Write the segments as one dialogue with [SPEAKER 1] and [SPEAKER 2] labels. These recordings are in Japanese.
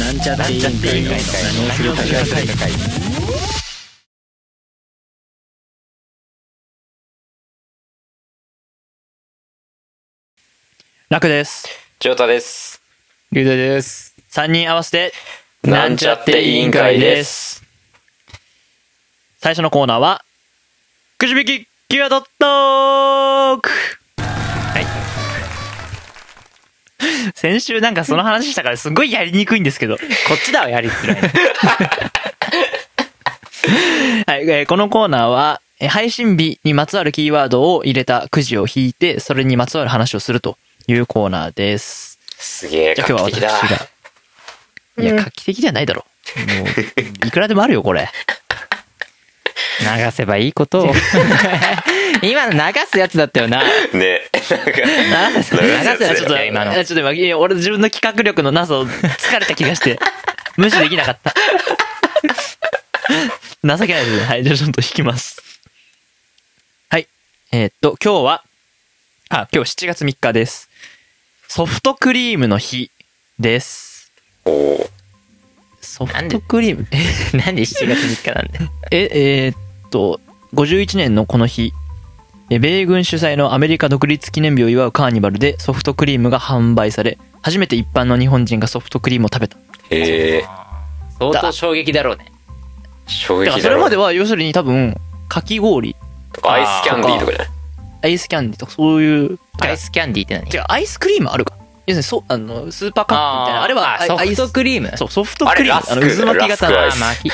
[SPEAKER 1] なんちゃって委員会の何をするか会楽です
[SPEAKER 2] ジョータです。
[SPEAKER 3] リュウダです。
[SPEAKER 1] 3人合わせて
[SPEAKER 2] なんちゃって委員会です
[SPEAKER 1] 最初のコーナーはくじ引きキュアドットークはい 先週なんかその話したからすごいやりにくいんですけどこっちだわやりづらいの はい、えーこのコーナーはえー配信日にまつわるキーワードを入れたくじを引いてそれにまつわる話をするというコーナーです
[SPEAKER 2] すげえ、
[SPEAKER 1] じゃあ今
[SPEAKER 2] 画
[SPEAKER 1] 日は
[SPEAKER 2] 期
[SPEAKER 1] 私
[SPEAKER 2] 的だ。
[SPEAKER 1] が。いや、画期的じゃないだろ。もう、いくらでもあるよ、こ れ。
[SPEAKER 3] 流せばいいことを。 今の流すやつだったよな。
[SPEAKER 2] ねえ、 なんか、流
[SPEAKER 1] あ
[SPEAKER 3] 流せば
[SPEAKER 1] ちょっと、
[SPEAKER 3] 今の
[SPEAKER 1] あちょっと今、いや俺自分の企画力のなさを疲れた気が して、無視できなかった。情けないですね。はい、じゃあちょっと引きます。はい。えーっと、今日は、あ、今日7月3日です。ソフトクリームの日です。
[SPEAKER 2] おおー
[SPEAKER 1] ソフトクリーム、え
[SPEAKER 3] なんで7月3日なんだよ。
[SPEAKER 1] え、えーっと、51年のこの日、え米軍主催のアメリカ独立記念日を祝うカーニバルでソフトクリームが販売され、初めて一般の日本人がソフトクリームを食べた。
[SPEAKER 2] へえ、
[SPEAKER 3] 相当衝撃だろうね。
[SPEAKER 2] 衝
[SPEAKER 1] だから
[SPEAKER 2] 撃
[SPEAKER 1] そ
[SPEAKER 2] だ
[SPEAKER 1] れ
[SPEAKER 2] ろ
[SPEAKER 1] までは要するに多分、かき氷、
[SPEAKER 2] とかアイスキャンディーとかじゃない
[SPEAKER 1] アイスキャンディーとかそういう、
[SPEAKER 3] アイスキャンディーって何
[SPEAKER 1] 違う、アイスクリームあるか。要するにそう、あの、スーパーカップみたいな。あれはアイ
[SPEAKER 3] ソ
[SPEAKER 1] アイ
[SPEAKER 3] フ
[SPEAKER 1] ス
[SPEAKER 3] トクリーム
[SPEAKER 1] そう、ソフトクリーム。
[SPEAKER 2] あれ
[SPEAKER 1] の、
[SPEAKER 2] ラス
[SPEAKER 1] 渦
[SPEAKER 2] ク
[SPEAKER 1] 巻き型の。
[SPEAKER 2] ラ
[SPEAKER 3] あ
[SPEAKER 2] ス
[SPEAKER 3] ー、
[SPEAKER 2] クアイ
[SPEAKER 3] 巻き。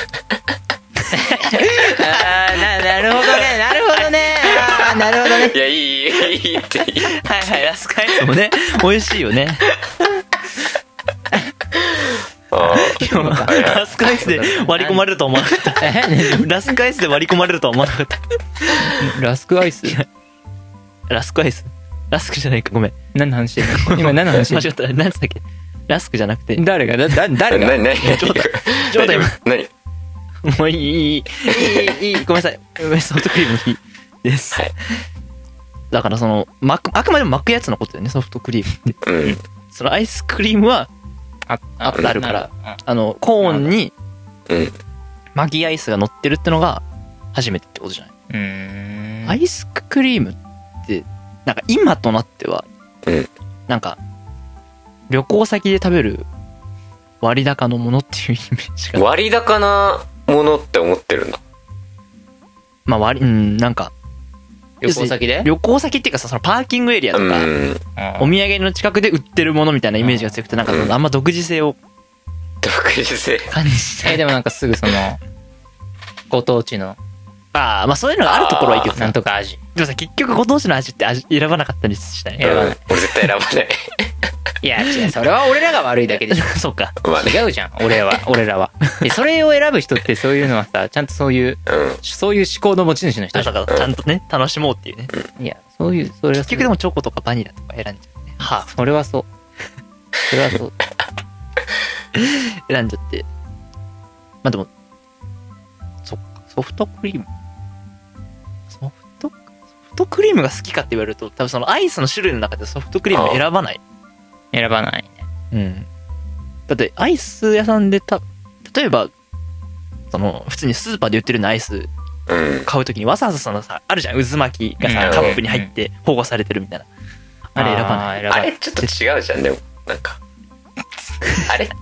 [SPEAKER 3] あーななるほどね、なるほどね。あーなるほどね。
[SPEAKER 2] いや、いい、いい、いいって、いい。
[SPEAKER 1] はいはい、ラスクアイスもね、美味しいよ ね。
[SPEAKER 2] あ
[SPEAKER 1] でもラスクアイスで割り込まれるとは思わなかった。ラスクアイスで割り込まれるとは思わなかった。
[SPEAKER 3] ラスクアイス
[SPEAKER 1] ラスクアイスラスクじゃないか、ごめん。
[SPEAKER 3] 何の話して んの今何の話
[SPEAKER 1] 間
[SPEAKER 3] して
[SPEAKER 1] 違
[SPEAKER 3] ん
[SPEAKER 1] った。何つったっけラスクじゃなくて。
[SPEAKER 3] の誰がだだ
[SPEAKER 2] あ、な、
[SPEAKER 3] 誰
[SPEAKER 2] な、
[SPEAKER 3] が
[SPEAKER 2] な、
[SPEAKER 1] 冗談冗談今
[SPEAKER 2] 何
[SPEAKER 1] もういい、いい、いい、いい、 いいごめんなさい。ソフトクリームの日です。
[SPEAKER 2] はい
[SPEAKER 1] だからその、巻く、あくまでも巻くやつのことだよね、ソフトクリームって。
[SPEAKER 2] うん。
[SPEAKER 1] そのアイスクリームは、
[SPEAKER 3] あ
[SPEAKER 1] ああるから。あの、コーンに
[SPEAKER 2] うん。
[SPEAKER 1] 巻きアイスが乗ってるってのが初めてってことじゃない、
[SPEAKER 3] うーん。
[SPEAKER 1] アイスクリームって、なんか今となっては、
[SPEAKER 2] うん
[SPEAKER 1] なんか、旅行先で食べる割高のものっていうイメージが
[SPEAKER 2] 割高なものって思ってるんだ。
[SPEAKER 1] まあ割り、うん、なんか、
[SPEAKER 3] 旅行先で
[SPEAKER 1] 旅行先っていうかさ、そのパーキングエリア
[SPEAKER 2] う
[SPEAKER 1] とか、
[SPEAKER 2] ん。
[SPEAKER 1] お土産の近くで売ってるものみたいなイメージが強くて、なんかその
[SPEAKER 2] うん
[SPEAKER 1] あんま独自性を
[SPEAKER 2] 独自性。
[SPEAKER 1] 感じて。
[SPEAKER 3] えでもなんかすぐそのご当地の
[SPEAKER 1] ああ、まあそういうのがあるところはいいけど
[SPEAKER 3] な
[SPEAKER 1] さ
[SPEAKER 3] ん。とか味
[SPEAKER 1] でもさ、結局ご当地の味って味選ばなかったりした
[SPEAKER 2] うん
[SPEAKER 1] ね。
[SPEAKER 3] 選ばない。
[SPEAKER 2] 俺絶対選ばない。
[SPEAKER 3] いや違うそれは俺らが悪いだけでしょ
[SPEAKER 1] そうか。
[SPEAKER 2] まあね。
[SPEAKER 3] 違うじゃん俺は俺らはでそれを選ぶ人ってそういうのはさちゃんとそういう
[SPEAKER 2] うん。
[SPEAKER 3] そういう思考の持ち主の人
[SPEAKER 1] だ
[SPEAKER 3] じゃ
[SPEAKER 1] からちゃんとね、楽しもうっていうね。
[SPEAKER 3] んいやそういうそれは
[SPEAKER 1] 結局でもチョコとかバニラとか選んじゃうね。ハーフ
[SPEAKER 3] それはそうそれはそう
[SPEAKER 1] 選んじゃって。まあでも、そっか、ソフトクリーム。ソフト、ソフトクリームが好きかって言われると、多分そのアイスの種類の中でソフトクリームを選ばない。
[SPEAKER 3] 選ばないね
[SPEAKER 1] うん。だって、アイス屋さんでた、例えば、その、普通にスーパーで売ってるようなアイス
[SPEAKER 2] うん。
[SPEAKER 1] 買うときにわざわざそのさ、あるじゃん、渦巻きが
[SPEAKER 3] う
[SPEAKER 1] さ、
[SPEAKER 3] ん
[SPEAKER 1] カップに入って保護されてるみたいな。あれ選ばない。
[SPEAKER 3] い選ば
[SPEAKER 2] あ
[SPEAKER 3] ない
[SPEAKER 2] れ、ちょっと違うじゃん、でも。なんか。あれ違う。
[SPEAKER 3] ど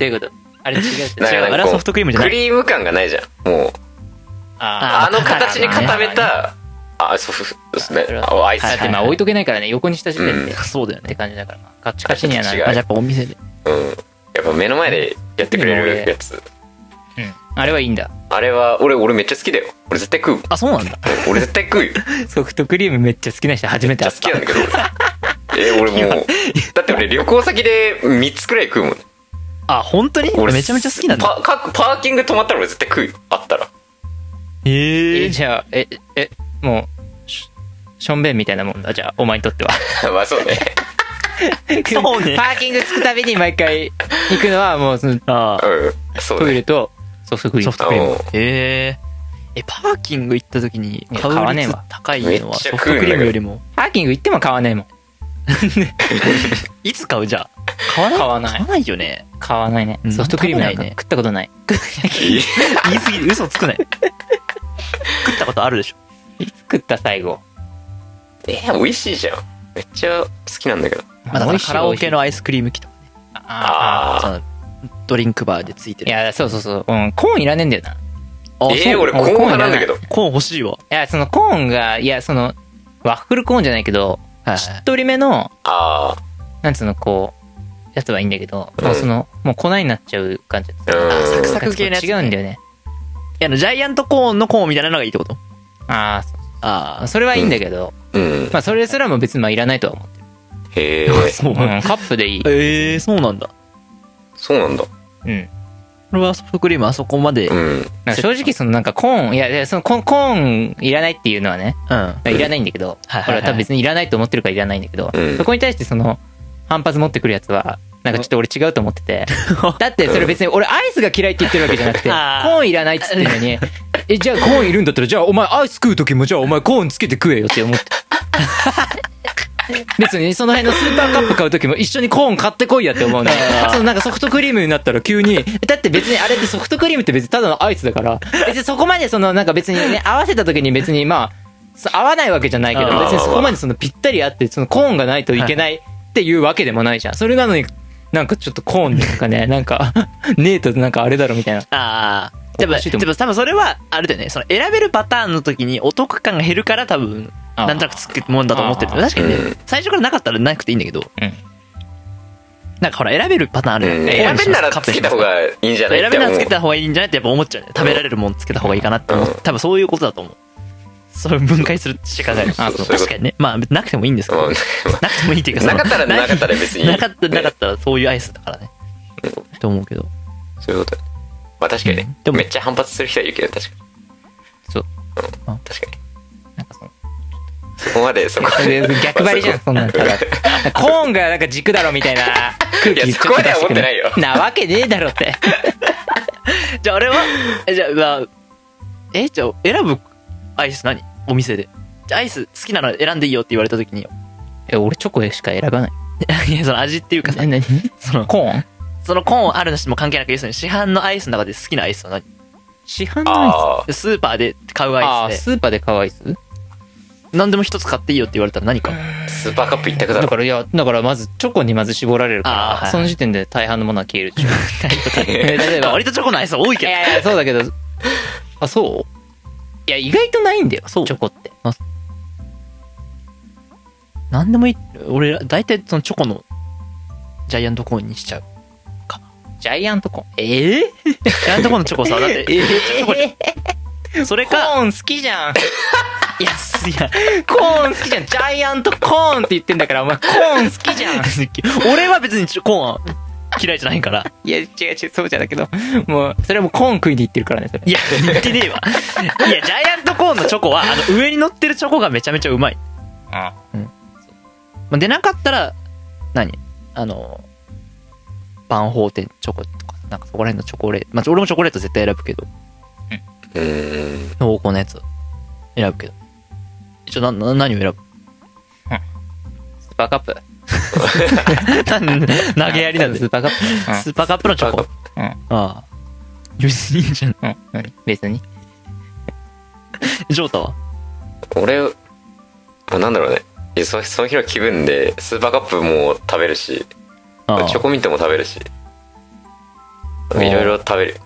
[SPEAKER 3] ういうことあれ違うって
[SPEAKER 2] なん か
[SPEAKER 1] 違う、あれはソフトクリームじゃな
[SPEAKER 2] ク
[SPEAKER 1] い。
[SPEAKER 2] リーム感がないじゃん。もう。あ
[SPEAKER 3] あ
[SPEAKER 1] あ
[SPEAKER 2] の
[SPEAKER 1] の
[SPEAKER 2] 形に固め
[SPEAKER 3] だ
[SPEAKER 2] た、あ、そうですね
[SPEAKER 3] それ。は
[SPEAKER 2] あアイス。
[SPEAKER 3] ってまあ
[SPEAKER 1] はい
[SPEAKER 3] 置いとけないからね横にした時点でっ
[SPEAKER 1] そうだよ
[SPEAKER 3] て
[SPEAKER 1] ね。
[SPEAKER 3] 感じだからまあカッチカチにはなる
[SPEAKER 2] 違う
[SPEAKER 1] あ、じゃあやっぱお店で。
[SPEAKER 2] うん。やっぱ目の前でやってくれるやつ。
[SPEAKER 3] うんあれはいいんだ
[SPEAKER 2] あれは、俺、俺めっちゃ好きだよ。俺絶対食うもん。
[SPEAKER 1] あ、そうなんだ。
[SPEAKER 2] 俺絶対食うよ。めっ
[SPEAKER 3] ソフトクリームめっちゃ好きな人初めて
[SPEAKER 2] ち
[SPEAKER 3] 会
[SPEAKER 2] ゃ
[SPEAKER 3] っ
[SPEAKER 2] 好
[SPEAKER 3] た
[SPEAKER 2] きなんだ けど、俺。え、俺もう、だって俺旅行先で3つくらい食うもん。
[SPEAKER 1] あ、本当に
[SPEAKER 2] 俺
[SPEAKER 1] 俺めちゃめちゃ好きなんだ。
[SPEAKER 2] パかパーキング止まったら俺絶対食うよ。あったら。
[SPEAKER 1] へ
[SPEAKER 3] え
[SPEAKER 1] え。
[SPEAKER 3] じゃあええもうししょんべんみたいなもんだじゃあお前にとっては
[SPEAKER 2] まあそうね。
[SPEAKER 1] そうね
[SPEAKER 3] パーキング着くたびに毎回行くのはもうその
[SPEAKER 1] あー
[SPEAKER 2] うん。そう
[SPEAKER 3] トイ
[SPEAKER 2] ね。
[SPEAKER 3] レとソフトクリ
[SPEAKER 1] ソ
[SPEAKER 3] ーム
[SPEAKER 1] フトクリー
[SPEAKER 2] う
[SPEAKER 1] ム
[SPEAKER 2] ん。
[SPEAKER 1] へえ。え、パーキング行った時に
[SPEAKER 3] いや
[SPEAKER 1] 買
[SPEAKER 3] 買わ
[SPEAKER 1] う
[SPEAKER 3] ねえ
[SPEAKER 1] 率
[SPEAKER 3] わ
[SPEAKER 1] 高いのは
[SPEAKER 2] めっちゃ
[SPEAKER 1] ソフト
[SPEAKER 2] 食うんだけど
[SPEAKER 1] クリームよりも、
[SPEAKER 3] パーキング行っても買わねえもん
[SPEAKER 1] いつ買うじゃあ。買わない
[SPEAKER 3] 買わない
[SPEAKER 1] 買わないよね。
[SPEAKER 3] 買わないね
[SPEAKER 1] うん
[SPEAKER 3] ソフトクリームなん
[SPEAKER 1] 食べ
[SPEAKER 3] か
[SPEAKER 1] ないね
[SPEAKER 3] 食ったことない
[SPEAKER 1] 言い過ぎる嘘つくない食ったことあるでしょ
[SPEAKER 3] いつ食った最後
[SPEAKER 2] えー、美味しいじゃん。めっちゃ好きなんだけど。
[SPEAKER 1] まあ、だからカラオケのアイスクリーム機とかね
[SPEAKER 3] あ
[SPEAKER 2] あ
[SPEAKER 1] そのドリンクバーでついて
[SPEAKER 3] ーい
[SPEAKER 1] る
[SPEAKER 3] やそうそうそううんコーンいらねえんだよない
[SPEAKER 1] あ
[SPEAKER 2] あ。えー、俺、コーン派なんだけど。
[SPEAKER 1] コーン欲しいわ
[SPEAKER 3] やそのコーンがいやそのワッフルコーンじゃないけど
[SPEAKER 1] はい
[SPEAKER 3] しっとりめの
[SPEAKER 2] あ
[SPEAKER 3] なんつうのこうやつはいいんだけど、
[SPEAKER 2] うん
[SPEAKER 3] もうそのもう粉になっちゃう感じ
[SPEAKER 2] あ。う
[SPEAKER 1] あサク
[SPEAKER 2] ん。
[SPEAKER 1] サク系のやつ
[SPEAKER 3] 違うんだよね
[SPEAKER 1] いやあのジャイアントコーンのコーンみたいなのがいいってこと
[SPEAKER 3] あ
[SPEAKER 1] あ
[SPEAKER 3] あそれはいいんだけど、
[SPEAKER 2] うん。
[SPEAKER 3] まあそれすらも別にまあいらないとは思ってる
[SPEAKER 2] へえ。
[SPEAKER 1] そう
[SPEAKER 3] うん、カップでいい
[SPEAKER 1] ええー、そうなんだ
[SPEAKER 2] そうなんだ。
[SPEAKER 3] うん
[SPEAKER 1] これはソフトクリームあそこまで、う、
[SPEAKER 2] うんん。
[SPEAKER 3] なんか正直そのなんかコーンいやいやそのコーンコーンいらないっていうのはね
[SPEAKER 1] あ
[SPEAKER 3] いらないんだけど、
[SPEAKER 1] はいはいはい
[SPEAKER 3] 俺は多分別にいらないと思ってるからいらないんだけど、
[SPEAKER 2] うん
[SPEAKER 3] そこに対してその反発持ってくるやつは、なんかちょっと俺違うと思ってて。 だってそれ別に俺アイスが嫌いって言ってるわけじゃなくて、コ
[SPEAKER 1] あー
[SPEAKER 3] ーンいらないっつってん のに、え、じゃあコーンいるんだったら、じゃあお前アイス食う時もじゃあお前コーンつけて食えよって思って。別にその辺のスーパーカップ買う時も一緒にコーン買ってこいやって思うの
[SPEAKER 1] あー
[SPEAKER 3] そのなんかソフトクリームになったら急に、だって別にあれってソフトクリームって別にただのアイスだから、別にそこまでそのなんか別にね、合わせた時に別にまあ、そう合わないわけじゃないけど、
[SPEAKER 1] あー
[SPEAKER 3] 別にそこまでそのぴったりあって、そのコーンがないといけないっていうわけでもないじゃん。それなのに、なんかちょっとコーンなんか ね、なんか、ねえとなんかあれだろみたいな。
[SPEAKER 1] あでも
[SPEAKER 3] おかしいと思う
[SPEAKER 1] でも多分それはあれだよねその選べるパターンの時にお得感が減るから多分
[SPEAKER 3] あー
[SPEAKER 1] なんとなくつくもんだと思ってる
[SPEAKER 3] あー
[SPEAKER 1] 確かにね、
[SPEAKER 2] うん
[SPEAKER 1] 最初からなかったらなくていいんだけど
[SPEAKER 3] うん。
[SPEAKER 1] なんかほら選べるパターンあるよ
[SPEAKER 2] うん
[SPEAKER 1] ね
[SPEAKER 2] 選べんならつけた方がいいんじゃない
[SPEAKER 1] 選
[SPEAKER 2] っ
[SPEAKER 1] べ
[SPEAKER 2] て
[SPEAKER 1] んなら
[SPEAKER 2] 思う
[SPEAKER 1] つけた方がいいんじゃないってやっぱ思っちゃうね食べられるもんつけた方がいいかなって思う、
[SPEAKER 2] うん
[SPEAKER 1] 多分そういうことだと思うそれを分解するって考える
[SPEAKER 3] あそう
[SPEAKER 1] 確かにねまあなくてもいいんですけど、
[SPEAKER 2] うん
[SPEAKER 1] なくてもいいっていうかその
[SPEAKER 2] なかったらなかったで別に
[SPEAKER 1] なかったらなかったらそういうアイスだからね、と思うけど
[SPEAKER 2] そういうことだまあ確かにね
[SPEAKER 1] うんで。も
[SPEAKER 2] めっちゃ反発する人はいるけど、確かに。
[SPEAKER 3] そう。
[SPEAKER 2] うん、確かに。
[SPEAKER 3] な んかその
[SPEAKER 2] そこまで、そこま
[SPEAKER 3] そ
[SPEAKER 2] で
[SPEAKER 3] れ。逆張りじゃん、
[SPEAKER 2] そこ
[SPEAKER 3] そんなんただ。 コーンがなんか軸だろみたいな空気言っちゃ
[SPEAKER 2] いやそこまでは思ってないよ
[SPEAKER 3] なわけねえだろって。
[SPEAKER 1] じゃあ俺 はえじゃあ、まあ、えじゃあ選ぶアイス何お店でじゃあアイス好きなの選んでいいよ って言われた時にい
[SPEAKER 3] え、俺チョコしか選ばない。
[SPEAKER 1] やその味っていうかさ
[SPEAKER 3] え、 何
[SPEAKER 1] その
[SPEAKER 3] コーン
[SPEAKER 1] そのコーンあるなしも関係なく要するに市販のアイスの中で好きなアイスは何
[SPEAKER 3] 市販のアイ
[SPEAKER 2] ああ。
[SPEAKER 1] でスーパーで買う
[SPEAKER 3] ス。あ
[SPEAKER 1] ア
[SPEAKER 3] あ、
[SPEAKER 1] イス
[SPEAKER 3] スーパーで買うアイス
[SPEAKER 1] で何でも一つ買っていいよって言われたら何か
[SPEAKER 2] スーパーカップ一択だ
[SPEAKER 3] だ
[SPEAKER 2] ろ。
[SPEAKER 3] からいやだからまずチョコにまず絞られるから、
[SPEAKER 1] あーはい
[SPEAKER 3] その時点で大半のものは消えるでしょ え例え ば
[SPEAKER 1] 割とチョコのアイス多い
[SPEAKER 3] い
[SPEAKER 1] けど
[SPEAKER 3] やいやそうだけどあそういや意外とないんだよチ
[SPEAKER 1] そう
[SPEAKER 3] ョコって
[SPEAKER 1] 何でもいい俺ら大体そのチョコのジャイアントコーンにしちゃう
[SPEAKER 3] ジャイアントコーンええ
[SPEAKER 1] ジャイアントコーンのチョコさだって
[SPEAKER 3] え
[SPEAKER 1] ョコ
[SPEAKER 3] え
[SPEAKER 1] それ
[SPEAKER 3] コ
[SPEAKER 1] か
[SPEAKER 3] ーン好きじ ゃん
[SPEAKER 1] いやすいや
[SPEAKER 3] コーン好きじゃんジャイアントコーンって言ってんだからお前コーン好きじゃん
[SPEAKER 1] 俺は別にチョコーン嫌いじゃないから
[SPEAKER 3] いや違う違うそうじゃだけどもうそれはもうコーン食いに行ってるからねそれ
[SPEAKER 1] いや言って ねえわいやジャイアントコーンのチョコはあの上に乗ってるチョコがめちゃめちゃうまい
[SPEAKER 3] あ
[SPEAKER 1] まあ出なかったら何あの万宝店チョコとかなんかそこら辺のチョコレートまあ俺もチョコレート絶対選ぶけど
[SPEAKER 2] うーん。
[SPEAKER 1] 濃厚なやつ選ぶけど一応なな何を 選ぶ
[SPEAKER 3] スーパーカップ
[SPEAKER 1] なん投げやりなんで
[SPEAKER 3] スーパーカッ
[SPEAKER 1] スーパーカップのチョコ
[SPEAKER 2] スー
[SPEAKER 3] プうん
[SPEAKER 1] ああ別にいいんじゃん
[SPEAKER 3] うん、うん、何別に
[SPEAKER 1] ジョータは
[SPEAKER 2] 俺、もうなんだろうね。いやそその日の気分で、スーパーカップも食べるし、
[SPEAKER 1] ああ
[SPEAKER 2] チョコミントも食べるし、い
[SPEAKER 1] あー
[SPEAKER 2] ろいろ食べる。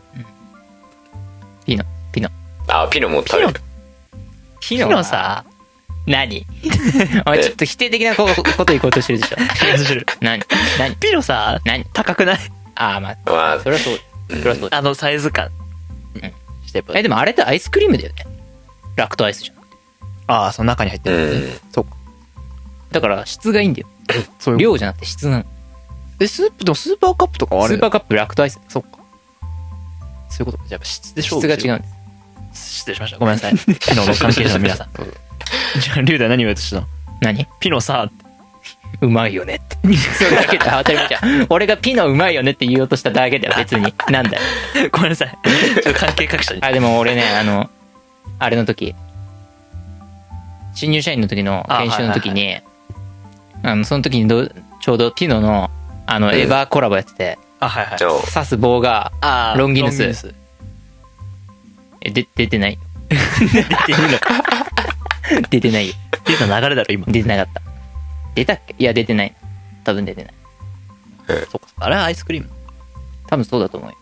[SPEAKER 3] ピノピノ
[SPEAKER 2] あー、ピノも食べる。
[SPEAKER 3] ピ
[SPEAKER 1] ピノさ
[SPEAKER 3] 何 お前ちょっと否定的なここと言こうとしてるで しょ。何何
[SPEAKER 1] ピロさ
[SPEAKER 3] 何
[SPEAKER 1] 高くない
[SPEAKER 3] ああ、まあ、
[SPEAKER 2] まあ
[SPEAKER 3] それはそう。それはそう。
[SPEAKER 1] あのサイズ感
[SPEAKER 3] ん
[SPEAKER 1] してやっぱ
[SPEAKER 3] え、でもあれってアイスクリームだよね。ラクトアイスじゃん。
[SPEAKER 1] ああその中に入って
[SPEAKER 2] う
[SPEAKER 1] る、
[SPEAKER 2] ん。
[SPEAKER 3] だから質がいいんだよ。
[SPEAKER 1] そういう
[SPEAKER 3] 量じゃなくて質なの。
[SPEAKER 1] えスープでもスーパーカップとかはあ
[SPEAKER 3] ス
[SPEAKER 1] れ
[SPEAKER 3] ーパーカップラクトアイス。
[SPEAKER 1] そっかそういうことじゃあやっぱ質で
[SPEAKER 3] 質
[SPEAKER 1] 勝負
[SPEAKER 3] が
[SPEAKER 1] しよ
[SPEAKER 3] 違うんです。
[SPEAKER 1] う失礼しましたごめんなさいピノの関係者の皆さんじゃ あリュウダイ何をやってたの
[SPEAKER 3] 何
[SPEAKER 1] ピノさ
[SPEAKER 3] うまいよねって。 それだけだ。当たり前じゃん。俺がピノうまいよねって言おうとしただけだよ、別に。なんだよ。
[SPEAKER 1] ごめんなさいちょっと関係各社に
[SPEAKER 3] あ、でも俺ね、あの、あれの時、新入社員の時の
[SPEAKER 1] あ
[SPEAKER 3] 研修の時に、あの、その時にどうちょうどティノの、あの、エヴァーコラボやってて、
[SPEAKER 1] あ、はいは
[SPEAKER 2] じゃ
[SPEAKER 1] い。
[SPEAKER 2] あ
[SPEAKER 3] 刺す棒が
[SPEAKER 1] あー
[SPEAKER 3] ロンギヌス
[SPEAKER 1] ロ
[SPEAKER 3] えで出てない
[SPEAKER 1] 出てる のか。
[SPEAKER 3] 出てないよ
[SPEAKER 1] 出た流れだろ、今。
[SPEAKER 3] 出てなかった出たっけいや出てない多分出てない
[SPEAKER 1] そっかそっかあれはアイスクリーム。
[SPEAKER 3] 多分そうだと思うよ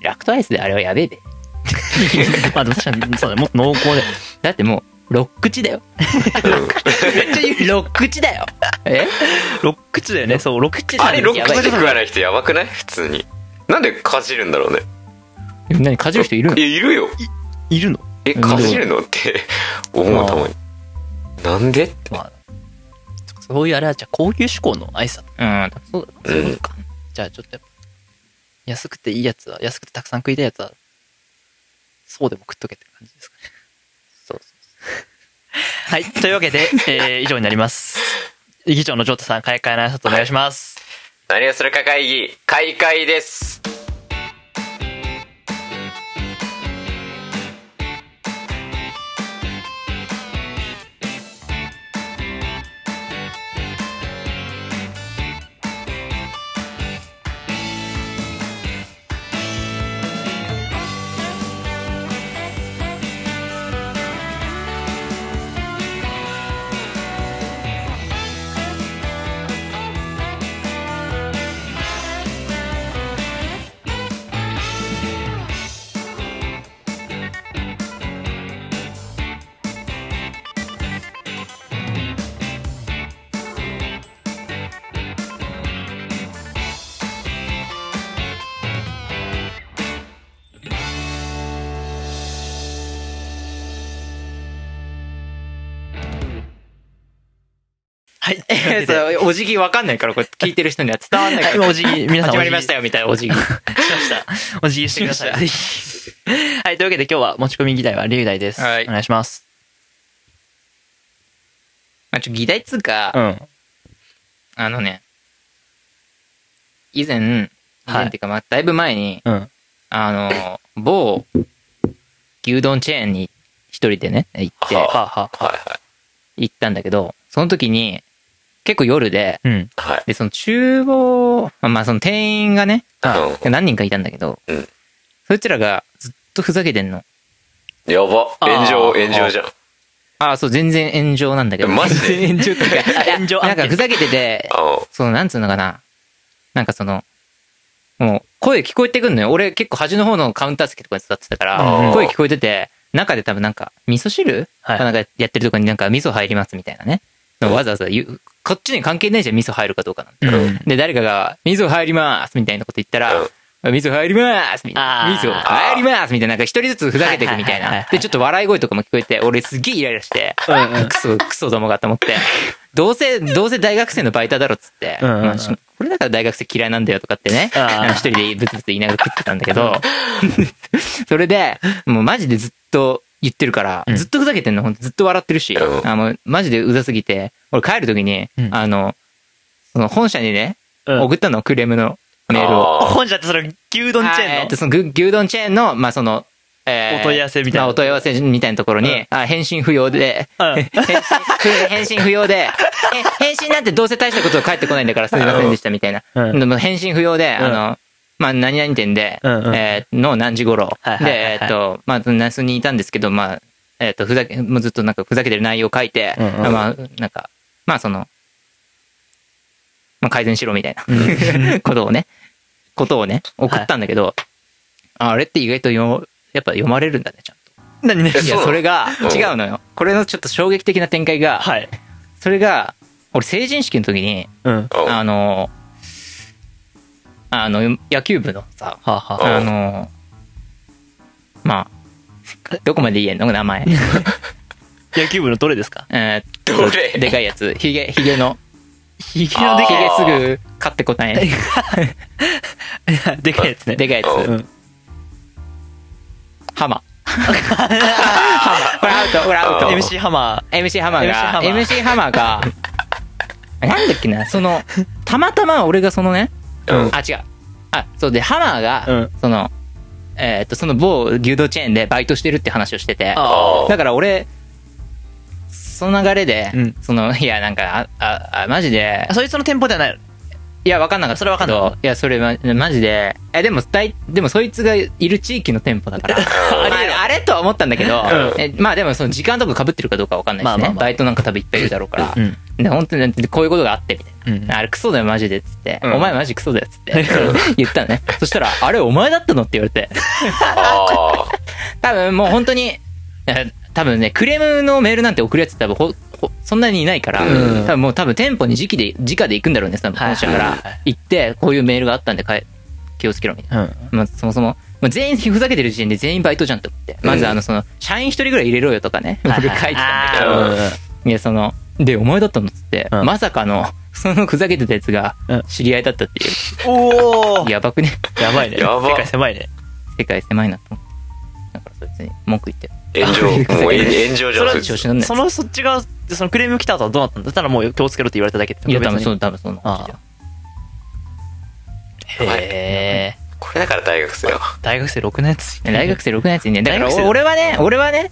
[SPEAKER 3] ラクトアイスであれはやべえべ
[SPEAKER 1] まあでも確かに、そうだね。もっと濃厚で。
[SPEAKER 3] だってもうロックチだよ
[SPEAKER 1] めっちゃ言う。
[SPEAKER 3] ロックチだよえ
[SPEAKER 1] ロックチだよね。そう、ロックチだ
[SPEAKER 2] あ
[SPEAKER 1] よね
[SPEAKER 2] れロッ
[SPEAKER 1] や
[SPEAKER 2] ク
[SPEAKER 1] ばい
[SPEAKER 2] チ食わない人やばくない普通になんでかじるんだろうね
[SPEAKER 3] 何かじる人いるの
[SPEAKER 2] いやいるよ
[SPEAKER 1] いるの
[SPEAKER 2] え
[SPEAKER 3] うん
[SPEAKER 2] かじるのって 思うたまになんで
[SPEAKER 1] まあ、そういうあれは、じゃあ高級志向のアイスだっ
[SPEAKER 3] うんそう
[SPEAKER 1] た。そういうことか。じゃあちょっとやっぱ、安くていいやつは、安くてたくさん食いたいやつは、そうでも食っとけって感じですかね。
[SPEAKER 3] そう
[SPEAKER 1] はい。というわけで、えー、以上になります。議長のジョータさん、開会の挨拶お願いします。
[SPEAKER 2] 何をするか会議開会です
[SPEAKER 1] はい。
[SPEAKER 3] えそうお辞儀わかんないからこれ聞いてる人には伝わんないから
[SPEAKER 1] 今お 辞儀、皆さん
[SPEAKER 3] 始まりました
[SPEAKER 1] よ。
[SPEAKER 3] よみたいなお辞儀
[SPEAKER 1] お辞儀しました。お辞儀してください。ぜひ はい。というわけで今日は持ち込み議題は龍大です。
[SPEAKER 3] はい
[SPEAKER 1] お願いします。
[SPEAKER 3] まあちょ議題っつうか、
[SPEAKER 1] ん。
[SPEAKER 3] あのね、以前、
[SPEAKER 1] は
[SPEAKER 3] 以
[SPEAKER 1] い
[SPEAKER 3] 前っていうか、まあ、だいぶ前に、
[SPEAKER 1] うん。
[SPEAKER 3] あの、某牛丼チェーンに一人でね、行って、
[SPEAKER 2] は
[SPEAKER 1] はあ、はあ、
[SPEAKER 2] はいはい
[SPEAKER 3] 行ったんだけど、その時に、結構夜で、
[SPEAKER 1] うん。
[SPEAKER 2] はい
[SPEAKER 3] で、その厨房、まあまあその店員がね、
[SPEAKER 2] あ
[SPEAKER 3] 何人かいたんだけど、
[SPEAKER 2] うん
[SPEAKER 3] そいつらがずっとふざけてんの。
[SPEAKER 2] やば
[SPEAKER 1] あー、
[SPEAKER 2] 炎上炎上じゃん
[SPEAKER 3] ああ、そう、全然炎上なんだけど。
[SPEAKER 2] マジで
[SPEAKER 3] 全然炎上って いうか
[SPEAKER 1] 炎上案件
[SPEAKER 3] なんかふざけてて、
[SPEAKER 2] あー
[SPEAKER 3] その、なんつうのかな。なんかその、もう、声聞こえてくんのよ。俺結構端の方のカウンター席とかに座ってたから
[SPEAKER 2] あ、ー
[SPEAKER 3] 声聞こえてて、中で多分なんか、味噌汁、
[SPEAKER 1] はい
[SPEAKER 3] かなんかやってるとこになんか味噌入りますみたいなね。わざわざ言う、こっちに関係ないじゃん、味噌入るかどうかなんて。
[SPEAKER 1] うん
[SPEAKER 3] で、誰かが、味噌入りますみたいなこと言ったら、
[SPEAKER 2] うん
[SPEAKER 3] 味噌入りますみたいな。
[SPEAKER 1] あー
[SPEAKER 3] 味噌入りますみたいな。なんか一人ずつふざけていくみたい
[SPEAKER 1] はいはいはい
[SPEAKER 3] な
[SPEAKER 1] は。い
[SPEAKER 3] で、ちょっと笑い声とかも聞こえて、俺すげえイライラして、
[SPEAKER 1] うんうん
[SPEAKER 3] クソ、クソどもがと思って、どうせ、どうせ大学生のバイタだろっつって、
[SPEAKER 1] うんうんうん
[SPEAKER 3] まあしこれだから大学生嫌いなんだよとかってね、
[SPEAKER 1] あー
[SPEAKER 3] あの一人でブツブツ言いながら食ってたんだけど、 それで、もうマジでずっと言ってるから、
[SPEAKER 1] うん
[SPEAKER 3] ずっとふざけてんの、ほんとずっと笑ってるし、
[SPEAKER 2] うん
[SPEAKER 3] あもうマジでうざすぎて、俺帰るときに、
[SPEAKER 1] うん
[SPEAKER 3] あの、その本社にね、
[SPEAKER 1] うん
[SPEAKER 3] 送ったの、クレームのメールを。
[SPEAKER 2] あー
[SPEAKER 1] 本社ってそれ牛丼チェ
[SPEAKER 3] あ
[SPEAKER 1] ー
[SPEAKER 3] え
[SPEAKER 1] ン
[SPEAKER 3] っと
[SPEAKER 1] の
[SPEAKER 3] そのぐ牛丼チェーンの、まあその、えー
[SPEAKER 1] お問い合わせみたいな
[SPEAKER 3] まあお問い合わせみたいなところに、
[SPEAKER 1] うん
[SPEAKER 3] あ返信不要で、
[SPEAKER 1] うん
[SPEAKER 3] 返信返信不要で、え返信なんてどうせ大したこと返ってこないんだからすみませんでしたみたいな。
[SPEAKER 1] うん
[SPEAKER 3] でも返信不要で、
[SPEAKER 1] うん
[SPEAKER 3] あの、まあ何々店で、
[SPEAKER 1] うんうん
[SPEAKER 3] えーの何時頃、
[SPEAKER 1] はいはいはいはい
[SPEAKER 3] で、えっと、まあ那須にいたんですけど、まあ、えっと、ふざけ、もうずっとなんかふざけてる内容を書いて、
[SPEAKER 1] うんうん
[SPEAKER 3] まあ、なんか、まあその、まあ改善しろみたいな、 ことをね、ことをね、送ったんだけど、ああれって意外とよやっぱ読まれるんだね、ちゃん
[SPEAKER 1] 何ね
[SPEAKER 2] え
[SPEAKER 3] と。い
[SPEAKER 2] そう
[SPEAKER 3] や、
[SPEAKER 2] なの
[SPEAKER 3] それが、
[SPEAKER 2] うん
[SPEAKER 3] 違うのよ。これのちょっと衝撃的な展開が、
[SPEAKER 1] はい。
[SPEAKER 3] それが、俺成人式の時に、
[SPEAKER 1] うん。は
[SPEAKER 2] うん
[SPEAKER 3] あの、あの、野球部のさ、
[SPEAKER 1] あ、はあ、
[SPEAKER 3] あの、まあ、どこまで言えんの名前。
[SPEAKER 1] 野球部のどれです か
[SPEAKER 3] えー
[SPEAKER 2] どれ
[SPEAKER 3] でかいやつ。ひげ、ひげの。
[SPEAKER 1] ひげ
[SPEAKER 2] あ
[SPEAKER 1] の
[SPEAKER 2] ー
[SPEAKER 1] で
[SPEAKER 3] ひ
[SPEAKER 1] け
[SPEAKER 3] げすぐ買ってこない。
[SPEAKER 1] え、でかいやつね。
[SPEAKER 3] でかいやつ。
[SPEAKER 2] うん
[SPEAKER 1] うん。
[SPEAKER 3] ハマ。ハマ。これアウト、これアウト。
[SPEAKER 2] うん
[SPEAKER 1] MC ハマ
[SPEAKER 3] MC ハマー
[SPEAKER 1] MC ハ
[SPEAKER 3] が、
[SPEAKER 1] マー
[SPEAKER 3] MC ハマ ーが、なんだっけな、その、たまたま俺がそのね、
[SPEAKER 2] うん
[SPEAKER 3] あ、違う。あ、そうで、ハマーが、
[SPEAKER 1] うん
[SPEAKER 3] その、えーっと、その某牛丼チェーンでバイトしてるって話をしてて、
[SPEAKER 1] あ
[SPEAKER 2] あ
[SPEAKER 3] だから俺、その流れで、
[SPEAKER 1] うん
[SPEAKER 3] その、いや、なんか、あ、あ、あマジで
[SPEAKER 1] ー。あ、、そいつの店舗ではないの
[SPEAKER 3] いや、わかんなかった。それわかんない。いや、それま、マジで。え、でも、大でも、そいつがいる地域の店舗だから。あれ、あれとは思ったんだけど、えまあでも、その時間とか被ってるかどうかわかんないしね。
[SPEAKER 1] まあまあまあ
[SPEAKER 3] バイトなんか多分いっぱいいるだろうから。
[SPEAKER 1] うん。
[SPEAKER 3] で、本当に、でこういうことがあって、みたいな。
[SPEAKER 1] うん。
[SPEAKER 3] あれクソだよマジでっつって、
[SPEAKER 1] うん
[SPEAKER 3] お前マジクソだよっつって 言ったのねそしたら「あれお前だったの?」って言われて
[SPEAKER 2] あ
[SPEAKER 3] 多分もう本当にえ多分ねクレームのメールなんて送るやつ多分ほほそんなにいないから、
[SPEAKER 1] うん
[SPEAKER 3] 多分もう多分店舗に直で直で行くんだろうね多分
[SPEAKER 1] はい
[SPEAKER 3] 本社か
[SPEAKER 1] は
[SPEAKER 3] ら
[SPEAKER 1] いはい
[SPEAKER 3] 行ってこういうメールがあったんでかえ気をつけろみたい
[SPEAKER 1] うん。
[SPEAKER 3] な、まあ、そもそもまあ全員ふざけてる時点で全員バイトじゃんと思ってまずあのその社員一人ぐらい入れろよとかね俺書いてたんだけど、
[SPEAKER 2] ど
[SPEAKER 3] いや、その、で、お前だったのっつって、
[SPEAKER 1] うん
[SPEAKER 3] まさかの、 そのふざけてたやつが
[SPEAKER 1] うん、
[SPEAKER 3] 知り合いだったっていう。
[SPEAKER 1] おお
[SPEAKER 3] やばくね。
[SPEAKER 1] やばいね。
[SPEAKER 2] やば
[SPEAKER 1] 世界狭いね。
[SPEAKER 3] 世界狭いなと思って。だから、そいつに文句言って。
[SPEAKER 2] ー炎上もう炎上じゃんそいつ
[SPEAKER 3] 調子乗んない。
[SPEAKER 1] そのそっち側、そのクレーム来た後はどうなったんだただもう気をつけろって言われただけって。
[SPEAKER 3] いや、多分
[SPEAKER 1] 別
[SPEAKER 3] そ
[SPEAKER 1] に
[SPEAKER 3] う、多分その感じだよ。
[SPEAKER 1] へえ。
[SPEAKER 2] これだから大学生よ
[SPEAKER 1] 大学生6年です
[SPEAKER 3] ね大学生6年生ね。だから
[SPEAKER 1] 大学生
[SPEAKER 3] お、俺はね、俺はね、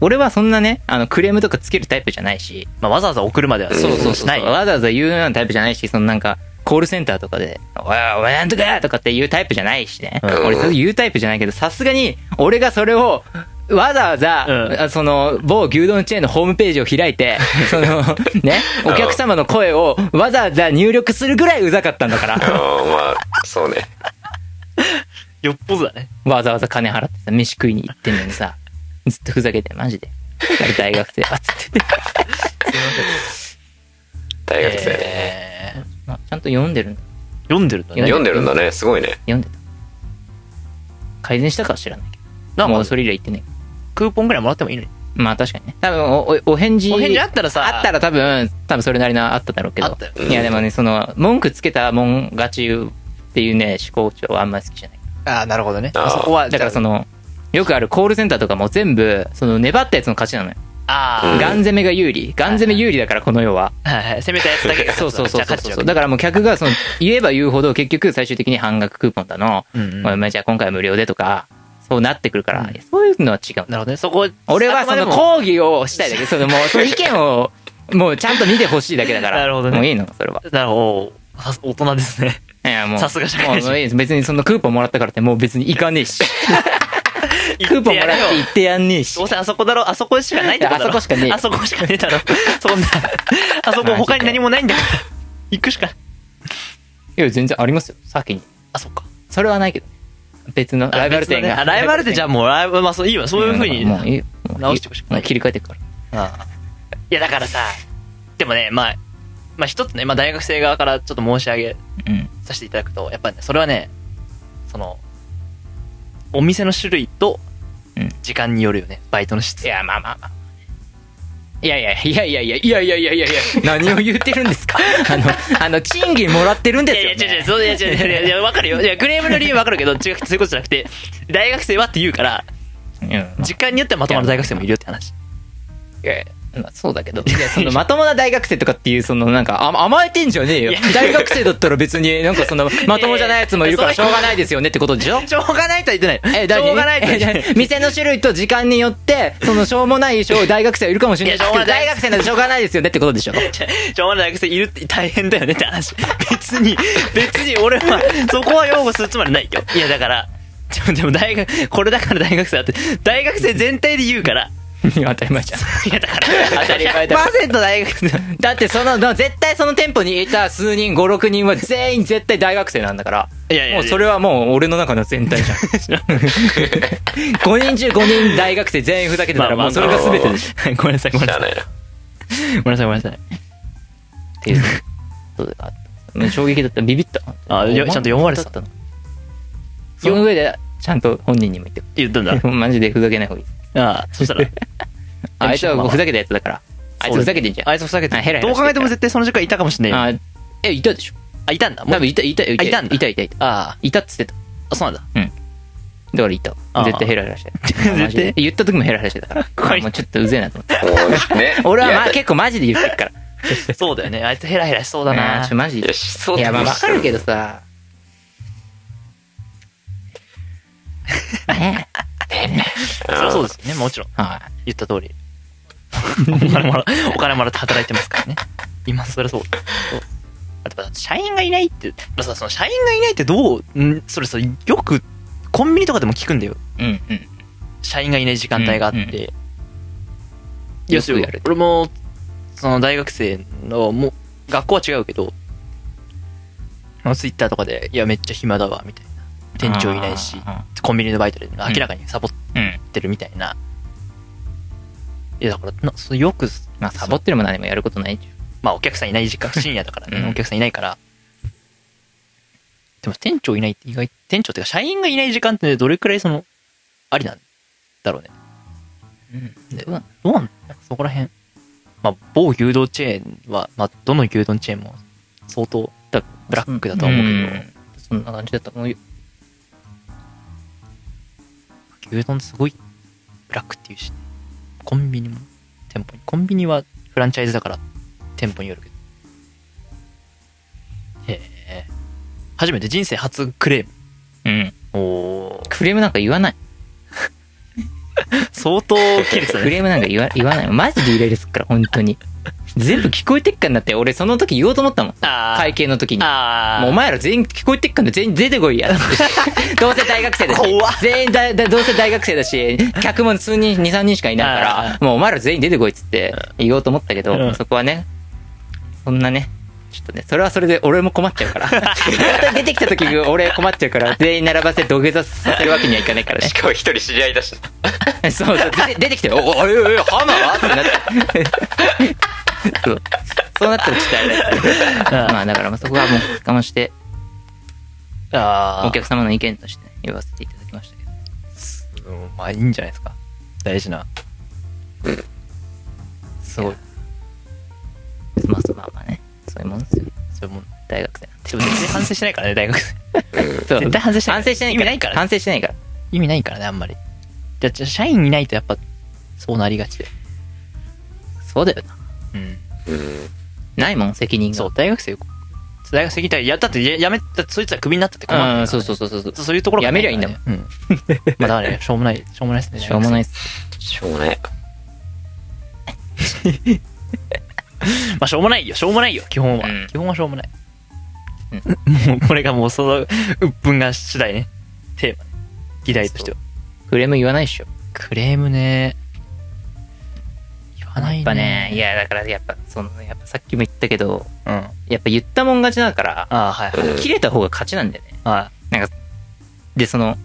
[SPEAKER 3] 俺はそんなね、あの、クレームとかつけるタイプじゃないし、
[SPEAKER 1] まあ、わざわざ送るまでは
[SPEAKER 2] そうそうそう
[SPEAKER 1] し
[SPEAKER 3] な
[SPEAKER 1] ないい。
[SPEAKER 3] わざわざ言うようなタイプじゃないし、そのなんか、コールセンターとかで、おい、お前なんとかとかって言うタイプじゃないしね。
[SPEAKER 1] うん
[SPEAKER 3] 俺、そう言うタイプじゃないけど、さすがに、俺がそれを、わざわざ、
[SPEAKER 1] うん
[SPEAKER 3] あその、某牛丼チェーンのホームページを開 いて、その、ね、お客様の声をわざわざ入力するぐらいうざかったんだか
[SPEAKER 2] うん
[SPEAKER 3] ら、
[SPEAKER 2] まあそうね
[SPEAKER 1] よっぽどだね。
[SPEAKER 3] わざわざ金払ってさ、飯食いに行ってんのにさ、ずっとふざけて、マジで。大学生は、つって。
[SPEAKER 2] 大学生ね
[SPEAKER 1] へー
[SPEAKER 3] まあちゃんと読んでるんだ。
[SPEAKER 1] 読んでるんだ
[SPEAKER 3] え
[SPEAKER 1] ね。
[SPEAKER 2] 読んでるんだねすごいね
[SPEAKER 3] 読んでた。改善したかは知らないけど。
[SPEAKER 1] なん
[SPEAKER 3] もう
[SPEAKER 1] か、
[SPEAKER 3] それ以来言ってない。
[SPEAKER 1] クーポンぐらいもらってもいいのに。
[SPEAKER 3] まあ確かにね。多分お、おお返事。
[SPEAKER 1] お返事あったらさ
[SPEAKER 3] あったら多分、多分それなりのあっただろうけど。
[SPEAKER 1] あったよ
[SPEAKER 3] いやでもね、その、文句つけたもん勝ちっていうね、思考長はあんまり好きじゃない。
[SPEAKER 1] ああ、なるほどね。
[SPEAKER 2] あー
[SPEAKER 1] そこは、
[SPEAKER 3] だからそ
[SPEAKER 1] の、
[SPEAKER 3] の、よくあるコールセンターとかも全部、その、粘ったやつの勝ちなのよ。
[SPEAKER 1] あ
[SPEAKER 2] うん
[SPEAKER 3] ガン攻めが有利。ガン攻め有利だから、この世は。
[SPEAKER 1] あ、はいはい。攻めたやつだけが
[SPEAKER 3] そうそうそ
[SPEAKER 1] じ
[SPEAKER 3] う
[SPEAKER 1] ゃ
[SPEAKER 3] そ
[SPEAKER 1] あ
[SPEAKER 3] う
[SPEAKER 1] 勝っちゃ
[SPEAKER 3] そう。だからもう客が、その、言えば言うほど結局最終的に半額クーポンだの、
[SPEAKER 1] うんうん
[SPEAKER 3] お前じゃあ今回は無料でとか、そうなってくるから、
[SPEAKER 1] うん
[SPEAKER 3] いやそういうのは違うんだ
[SPEAKER 1] なるほどね。そこ、
[SPEAKER 3] 俺は
[SPEAKER 1] あく
[SPEAKER 3] そ
[SPEAKER 1] まで
[SPEAKER 3] の
[SPEAKER 1] も
[SPEAKER 3] 抗議をしたいだけそのもうその意見をもうちゃんと見てほしいだけだか ら
[SPEAKER 1] なるほどね
[SPEAKER 3] もういいのそれは
[SPEAKER 1] なるほど。さ大人ですね。
[SPEAKER 3] いやもう
[SPEAKER 1] さすが社会人
[SPEAKER 3] もういいです別にそのクーポンもらったからってもう別に行かね えしクーポンもらって
[SPEAKER 1] い
[SPEAKER 3] 行ってやんねえし
[SPEAKER 1] どうせあそこだろ、あそこしかないってことだろ。
[SPEAKER 3] いやあそこしかねえよ
[SPEAKER 1] あそこしかねえだろ。 そ んな、あそこ他に何もないんだから。行くしかない。
[SPEAKER 3] いや全然ありますよ先に
[SPEAKER 1] あ、そっか。
[SPEAKER 3] それはないけどライバル店がライバル店が
[SPEAKER 1] あ
[SPEAKER 3] ライ
[SPEAKER 1] あライバ
[SPEAKER 3] バル店が
[SPEAKER 1] ル店じゃあもう、ライバまあそういいわ。そういうふうに。
[SPEAKER 3] もういいよもういい
[SPEAKER 1] 直してほしくない
[SPEAKER 3] もう切り替えていくから
[SPEAKER 1] ああいや、だからさ、でもね、まあ、まあ一つね、まあ大学生側からちょっと申し上げ
[SPEAKER 3] うん
[SPEAKER 1] させていただくと、やっぱね、それはね、その、お店の種類と
[SPEAKER 3] うん、
[SPEAKER 1] 時間によるよね、バイトの質。
[SPEAKER 3] いやまあまあまあいやいやいやいやいやいやいやいやいやいや何を言ってるんですか あのあの賃金もらってるん
[SPEAKER 1] い
[SPEAKER 3] です
[SPEAKER 1] やいや、
[SPEAKER 3] よ、ね、
[SPEAKER 1] 違う違う、そういや違う違う違う、いや、わかるよ。いや、クレームの理由わかるけど、違う、そういうことじゃなくて、大学生はって言うから、
[SPEAKER 3] うん
[SPEAKER 1] 時間によってはまとまる大学生もいるよって話。
[SPEAKER 3] いやいやまあそうだけど。いや、そのまともな大学生とかっていう、そのなんか、あ甘えてんじゃねえよ
[SPEAKER 1] いや。
[SPEAKER 3] 大学生だったら別に、なんかその、まともじゃ ないやつもいるから
[SPEAKER 1] い
[SPEAKER 3] し
[SPEAKER 1] や
[SPEAKER 3] ょ
[SPEAKER 1] いうや
[SPEAKER 3] がないですよねってことでしょ
[SPEAKER 1] しょうがないとは言ってない。
[SPEAKER 3] え、
[SPEAKER 1] し
[SPEAKER 3] 大
[SPEAKER 1] ょ
[SPEAKER 3] 丈
[SPEAKER 1] うがないとは言ってない。
[SPEAKER 3] 夫店の種類と時間によって、そのしょうもない小大学生はいるかもしれないですけど、
[SPEAKER 1] いやしょうがな
[SPEAKER 3] 大
[SPEAKER 1] い
[SPEAKER 3] 学生なんてしょうがないですよねってことでしょ。
[SPEAKER 1] しょうがない大学生いるって大変だよねって話。別に、別に俺は、そこは擁護するつもりないよ。いや、だから、でもでも大学、これだから大学生だって、大学生全体で言うから、
[SPEAKER 3] 当たり前じゃん。
[SPEAKER 1] いや、だから、
[SPEAKER 3] 当たり前だ
[SPEAKER 1] 100%大学生。
[SPEAKER 3] だってその、だ絶対その店舗にいた数人、5、6人は全員絶対大学生なんだから。
[SPEAKER 1] いやいやいや
[SPEAKER 3] もうそれはもう俺の中の全体 じゃん。5人中5人大学生全員ふざけてた
[SPEAKER 1] ま
[SPEAKER 3] ら、
[SPEAKER 1] あまあ
[SPEAKER 3] もうそれが全てでしょ。
[SPEAKER 1] はいごめんなさい、ごめん
[SPEAKER 2] 知
[SPEAKER 1] な
[SPEAKER 2] ら
[SPEAKER 1] さ
[SPEAKER 2] ない
[SPEAKER 1] い。
[SPEAKER 2] な
[SPEAKER 1] ごめんなさい、ごめんなさい。
[SPEAKER 3] っていうことがあった。衝撃だった。ビビった。
[SPEAKER 1] あよちゃんと読まれてた
[SPEAKER 3] のその上で、ちゃんと本人にも言って
[SPEAKER 1] 言ったんだ。
[SPEAKER 3] くる。マジでふざけない方がいい。
[SPEAKER 1] ああ、そしたら。
[SPEAKER 3] ああいつはふざけたやつだから。あいつふざけてんじゃん。
[SPEAKER 1] あいつふざけて
[SPEAKER 3] あヘラヘラして
[SPEAKER 1] どう
[SPEAKER 3] る
[SPEAKER 1] 考えても絶対その時間いたかもしんないよ。
[SPEAKER 3] あえ、いたでしょ
[SPEAKER 1] あ、いたんだ。もう
[SPEAKER 3] 多分いた、いた、いた、
[SPEAKER 1] あいたんだ
[SPEAKER 3] いた、いた、いた。
[SPEAKER 1] あ
[SPEAKER 3] いたっつってた。
[SPEAKER 1] あ、そうなんだ。
[SPEAKER 3] だからいた
[SPEAKER 1] あ。あ
[SPEAKER 3] 絶対ヘラヘ ラしてた。
[SPEAKER 1] 絶対
[SPEAKER 3] マジで言った時もヘラヘラしてたから。
[SPEAKER 1] 怖い
[SPEAKER 3] あもうちょっとうぜえなと思って。
[SPEAKER 2] もうね
[SPEAKER 3] 俺はま
[SPEAKER 2] い
[SPEAKER 3] あ
[SPEAKER 2] や
[SPEAKER 3] 結構マジで言ってるから。
[SPEAKER 1] そうだよね。あいつヘラヘラしそうだ
[SPEAKER 3] あ
[SPEAKER 1] な
[SPEAKER 3] ーちょ。マジ
[SPEAKER 2] い
[SPEAKER 3] で
[SPEAKER 2] や。しそう
[SPEAKER 3] いや、まあ、わかるけ
[SPEAKER 2] ど
[SPEAKER 3] どさ。ね
[SPEAKER 1] そりゃそうですよね、もちろん。
[SPEAKER 3] は
[SPEAKER 1] 言
[SPEAKER 3] い。
[SPEAKER 1] った 通り。お金もら、お金もらって働いてますからね。今、そりゃそう。あとやっぱ社員がいないって、やっぱさ、その社員がいないってどう、んそれさ、よくコンビニとかでも聞くんだよ。
[SPEAKER 3] うんうん。
[SPEAKER 1] 社員がいない時間帯があって。
[SPEAKER 3] うんうん
[SPEAKER 1] いや、そ
[SPEAKER 3] よく
[SPEAKER 1] れ
[SPEAKER 3] やる
[SPEAKER 1] 俺も、その大学生の、もう、学校は違うけど、ツイッターとかで、いや、めっちゃ暇だわ、みたいな。店長いないし、
[SPEAKER 3] あ
[SPEAKER 1] コンビニのバイトで明らかにサボっ
[SPEAKER 3] ーうん。
[SPEAKER 1] てるみたいな。いや、だから、なそうよく、
[SPEAKER 3] まあ、サボってるも何もやることないじ
[SPEAKER 1] まあお客さんいない時間、深夜だからね、
[SPEAKER 3] うん
[SPEAKER 1] お客さんいないから。でも店長いないって意外、店長っていうか社員がいない時間ってどれくらいその、ありなんだろうね。
[SPEAKER 3] ゃん。
[SPEAKER 1] で
[SPEAKER 3] どうなん
[SPEAKER 1] どうなんなんかそこら辺。まあ某牛丼チェーンは、まあどの牛丼チェーンも相当だブラックだとは思うけど、
[SPEAKER 3] んそんな感じだったもう
[SPEAKER 1] 牛丼すごいブラックっていうし、コンビニも、店舗に。コンビニはフランチャイズだから店舗によるけど。へえ。初めて人生初クレーム。
[SPEAKER 3] うん。
[SPEAKER 1] おー
[SPEAKER 3] クレームなんか言わない。
[SPEAKER 1] 相当切れてた
[SPEAKER 3] ク
[SPEAKER 1] ね。
[SPEAKER 3] レームなんか言わ言わない。マジでイライラすっから、本当に。全部聞こえてっかんだって、俺その時言おうと思ったもん。
[SPEAKER 1] あ
[SPEAKER 3] 会計の時に。も
[SPEAKER 1] あ
[SPEAKER 3] うお前ら全員聞こえてっかんだ全員出てこ いや。どうせ大学生だし
[SPEAKER 1] 怖っ。
[SPEAKER 3] 全員だだ、どうせ大学生だし、客も数人、2、3人しかいないか
[SPEAKER 1] あ
[SPEAKER 3] ら、もうお前ら全員出てこいっつって言おうと思ったけど、
[SPEAKER 1] うん
[SPEAKER 3] そこはね、そんなね、ちょっとね、それはそれで俺も困っちゃうか ら。本当に出てきた時俺困っちゃうから、全員並ばせて土下座させるわけにはいかないからね
[SPEAKER 2] し。かも一人知り合いだしな
[SPEAKER 3] そうそう、出て出てきて、お、お、え、え、花はってなって。そう。そうなったらちょっとあれだよ
[SPEAKER 1] うん
[SPEAKER 3] まあだからまあそこはもう我慢して、
[SPEAKER 1] あ
[SPEAKER 3] お客様の意見として、ね、言わせていただきましたけど。
[SPEAKER 1] うんまあいいんじゃないですか。大事な。すごい。
[SPEAKER 3] まあそうまあまあね、そういうもんですよ。
[SPEAKER 1] それも、
[SPEAKER 3] 大学生なんて
[SPEAKER 1] でも全然 反省しないからね、大学生。
[SPEAKER 3] そう
[SPEAKER 1] 絶対反省してない。
[SPEAKER 3] 反省してない
[SPEAKER 1] 意
[SPEAKER 3] か
[SPEAKER 1] 味
[SPEAKER 3] ら。
[SPEAKER 1] ないから。
[SPEAKER 3] 反省してないから。
[SPEAKER 1] 意味ないからね、あんまり。じゃあ、社員いないとやっぱ、そうなりがちで。
[SPEAKER 3] そうだよな。
[SPEAKER 1] うん。
[SPEAKER 2] うん
[SPEAKER 3] ないもん、責任が。
[SPEAKER 1] そう、大学生、大学生行きたい。いや、だってや、やめた、そいつはクビになったって困るから
[SPEAKER 3] う
[SPEAKER 1] ね
[SPEAKER 3] ん、そうそうそうそうそう。
[SPEAKER 1] そう。そういうところ
[SPEAKER 3] やめりゃいいんだもん
[SPEAKER 1] ん。うん。まあだから ね、しょうもない、しょうもないですね。。
[SPEAKER 3] しょうもないいっす。
[SPEAKER 2] しょうがない
[SPEAKER 1] まあしょうもないよ、しょうもないよ、基本は。
[SPEAKER 3] うん
[SPEAKER 1] 基本はしょうもない。
[SPEAKER 3] うん
[SPEAKER 1] もう、これがもうその、鬱憤が次第ね。テーマね。議題としては。
[SPEAKER 3] クレーム言わないっしょ。
[SPEAKER 1] クレームね。言わないね。
[SPEAKER 3] やっぱね、いやだからやっぱ、その、やっぱさっきも言ったけど、
[SPEAKER 1] うん。あ
[SPEAKER 3] やっぱ言ったもん勝ちだから、
[SPEAKER 1] あ、はいはい。
[SPEAKER 2] うん
[SPEAKER 3] 切れた方が勝ちなんだよね。
[SPEAKER 1] は
[SPEAKER 3] で、その、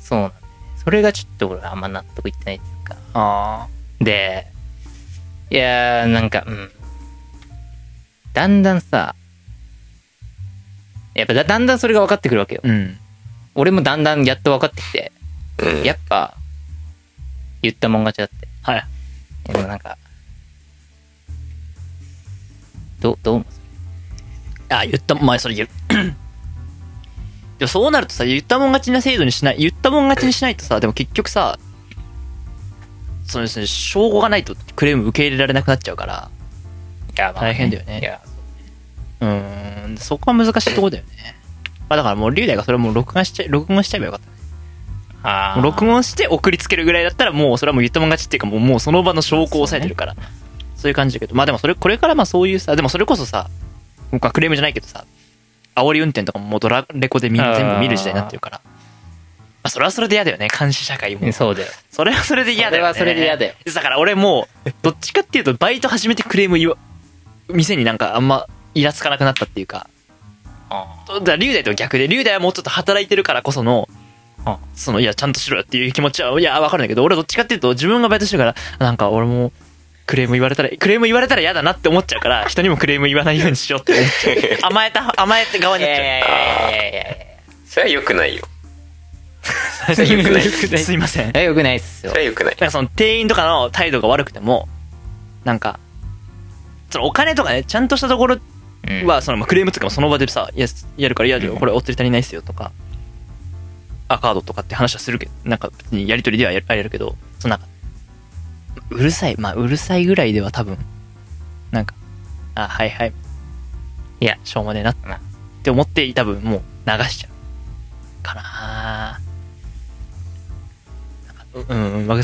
[SPEAKER 3] そうなんだよね。それがちょっと俺はあんま納得いってないっていうか。
[SPEAKER 1] い。あ
[SPEAKER 3] で、いやー、なんか、うん。だんだんさ、やっぱだだんだんそれが分かってくるわけよ
[SPEAKER 1] あ。。うん。
[SPEAKER 3] 俺もだんだんやっと分かってきて、
[SPEAKER 2] うん
[SPEAKER 3] やっぱ、言ったもん勝ちだって。
[SPEAKER 1] はい。
[SPEAKER 3] でもなんか、どう、どう思う
[SPEAKER 1] あ、言った、前それ言う。でもそうなるとさ、言ったもん勝ちな制度にしない、言ったもん勝ちにしないとさ、でも結局さ、そうですね、証拠がないとクレーム受け入れられなくなっちゃうから、
[SPEAKER 3] いや、まあ
[SPEAKER 1] 大変だよね
[SPEAKER 3] いや、
[SPEAKER 1] うーん、そこは難しいとこだよね。まあだからもう、龍大がそれはもう録画しちゃ、録音しちゃえばよかった。
[SPEAKER 3] あ
[SPEAKER 1] もう録音して送りつけるぐらいだったら、もうそれはもう言ったもん勝ちっていうか、もうもうその場の証拠を押さえてるから、そういう感じだけど、まあでもそれ、これからまあそういうさ、でもそれこそさ、僕はクレームじゃないけどさ、煽り運転とかももうドラレコでみ
[SPEAKER 3] あー
[SPEAKER 1] 全部見る時代になってるから、まあそれはそれで嫌だよね、監視社会も。
[SPEAKER 3] そうだよ。
[SPEAKER 1] それはそれで嫌だよ、ね。
[SPEAKER 3] それはそれで嫌だよ。
[SPEAKER 1] だから俺もう、どっちかっていうと、バイト始めてクレーム言わ、店になんかあんま、イラつかなくなったっていうか、だから龍大と逆で龍大はもうちょっと働いてるからこその
[SPEAKER 3] あ
[SPEAKER 1] そのいやちゃんとしろよっていう気持ちはいや分かるんだけど俺どっちかっていうと自分がバイトしてるからなんか俺もクレーム言われたらクレーム言われたら嫌だなって思っちゃう から人にもクレーム言わないようにしようって思っちゃう甘えた甘えて側
[SPEAKER 3] い
[SPEAKER 1] になっ
[SPEAKER 3] や
[SPEAKER 1] ち
[SPEAKER 3] い
[SPEAKER 1] ゃう
[SPEAKER 3] やいやいやいやいや。
[SPEAKER 2] それは良くないよ
[SPEAKER 1] すいま
[SPEAKER 2] 良くない
[SPEAKER 1] せんすいません
[SPEAKER 3] え、よくないっすよ
[SPEAKER 2] そ。れは良くない
[SPEAKER 1] なんかその店員とかの態度が悪くてもなんかそのお金とかねちゃんとしたところ
[SPEAKER 3] うん
[SPEAKER 1] はそのまあクレームとかもその場でさややるから嫌だよ
[SPEAKER 3] うん
[SPEAKER 1] これお釣り足りないっすよとかアカードとかって話はするけどなんか別にやり取りではややるけどそのなんかうるさいまあうるさいぐらいでは多分なんかあはいはいいやしょうもねえなって思って多分もう流しちゃうかななんかうんうんわか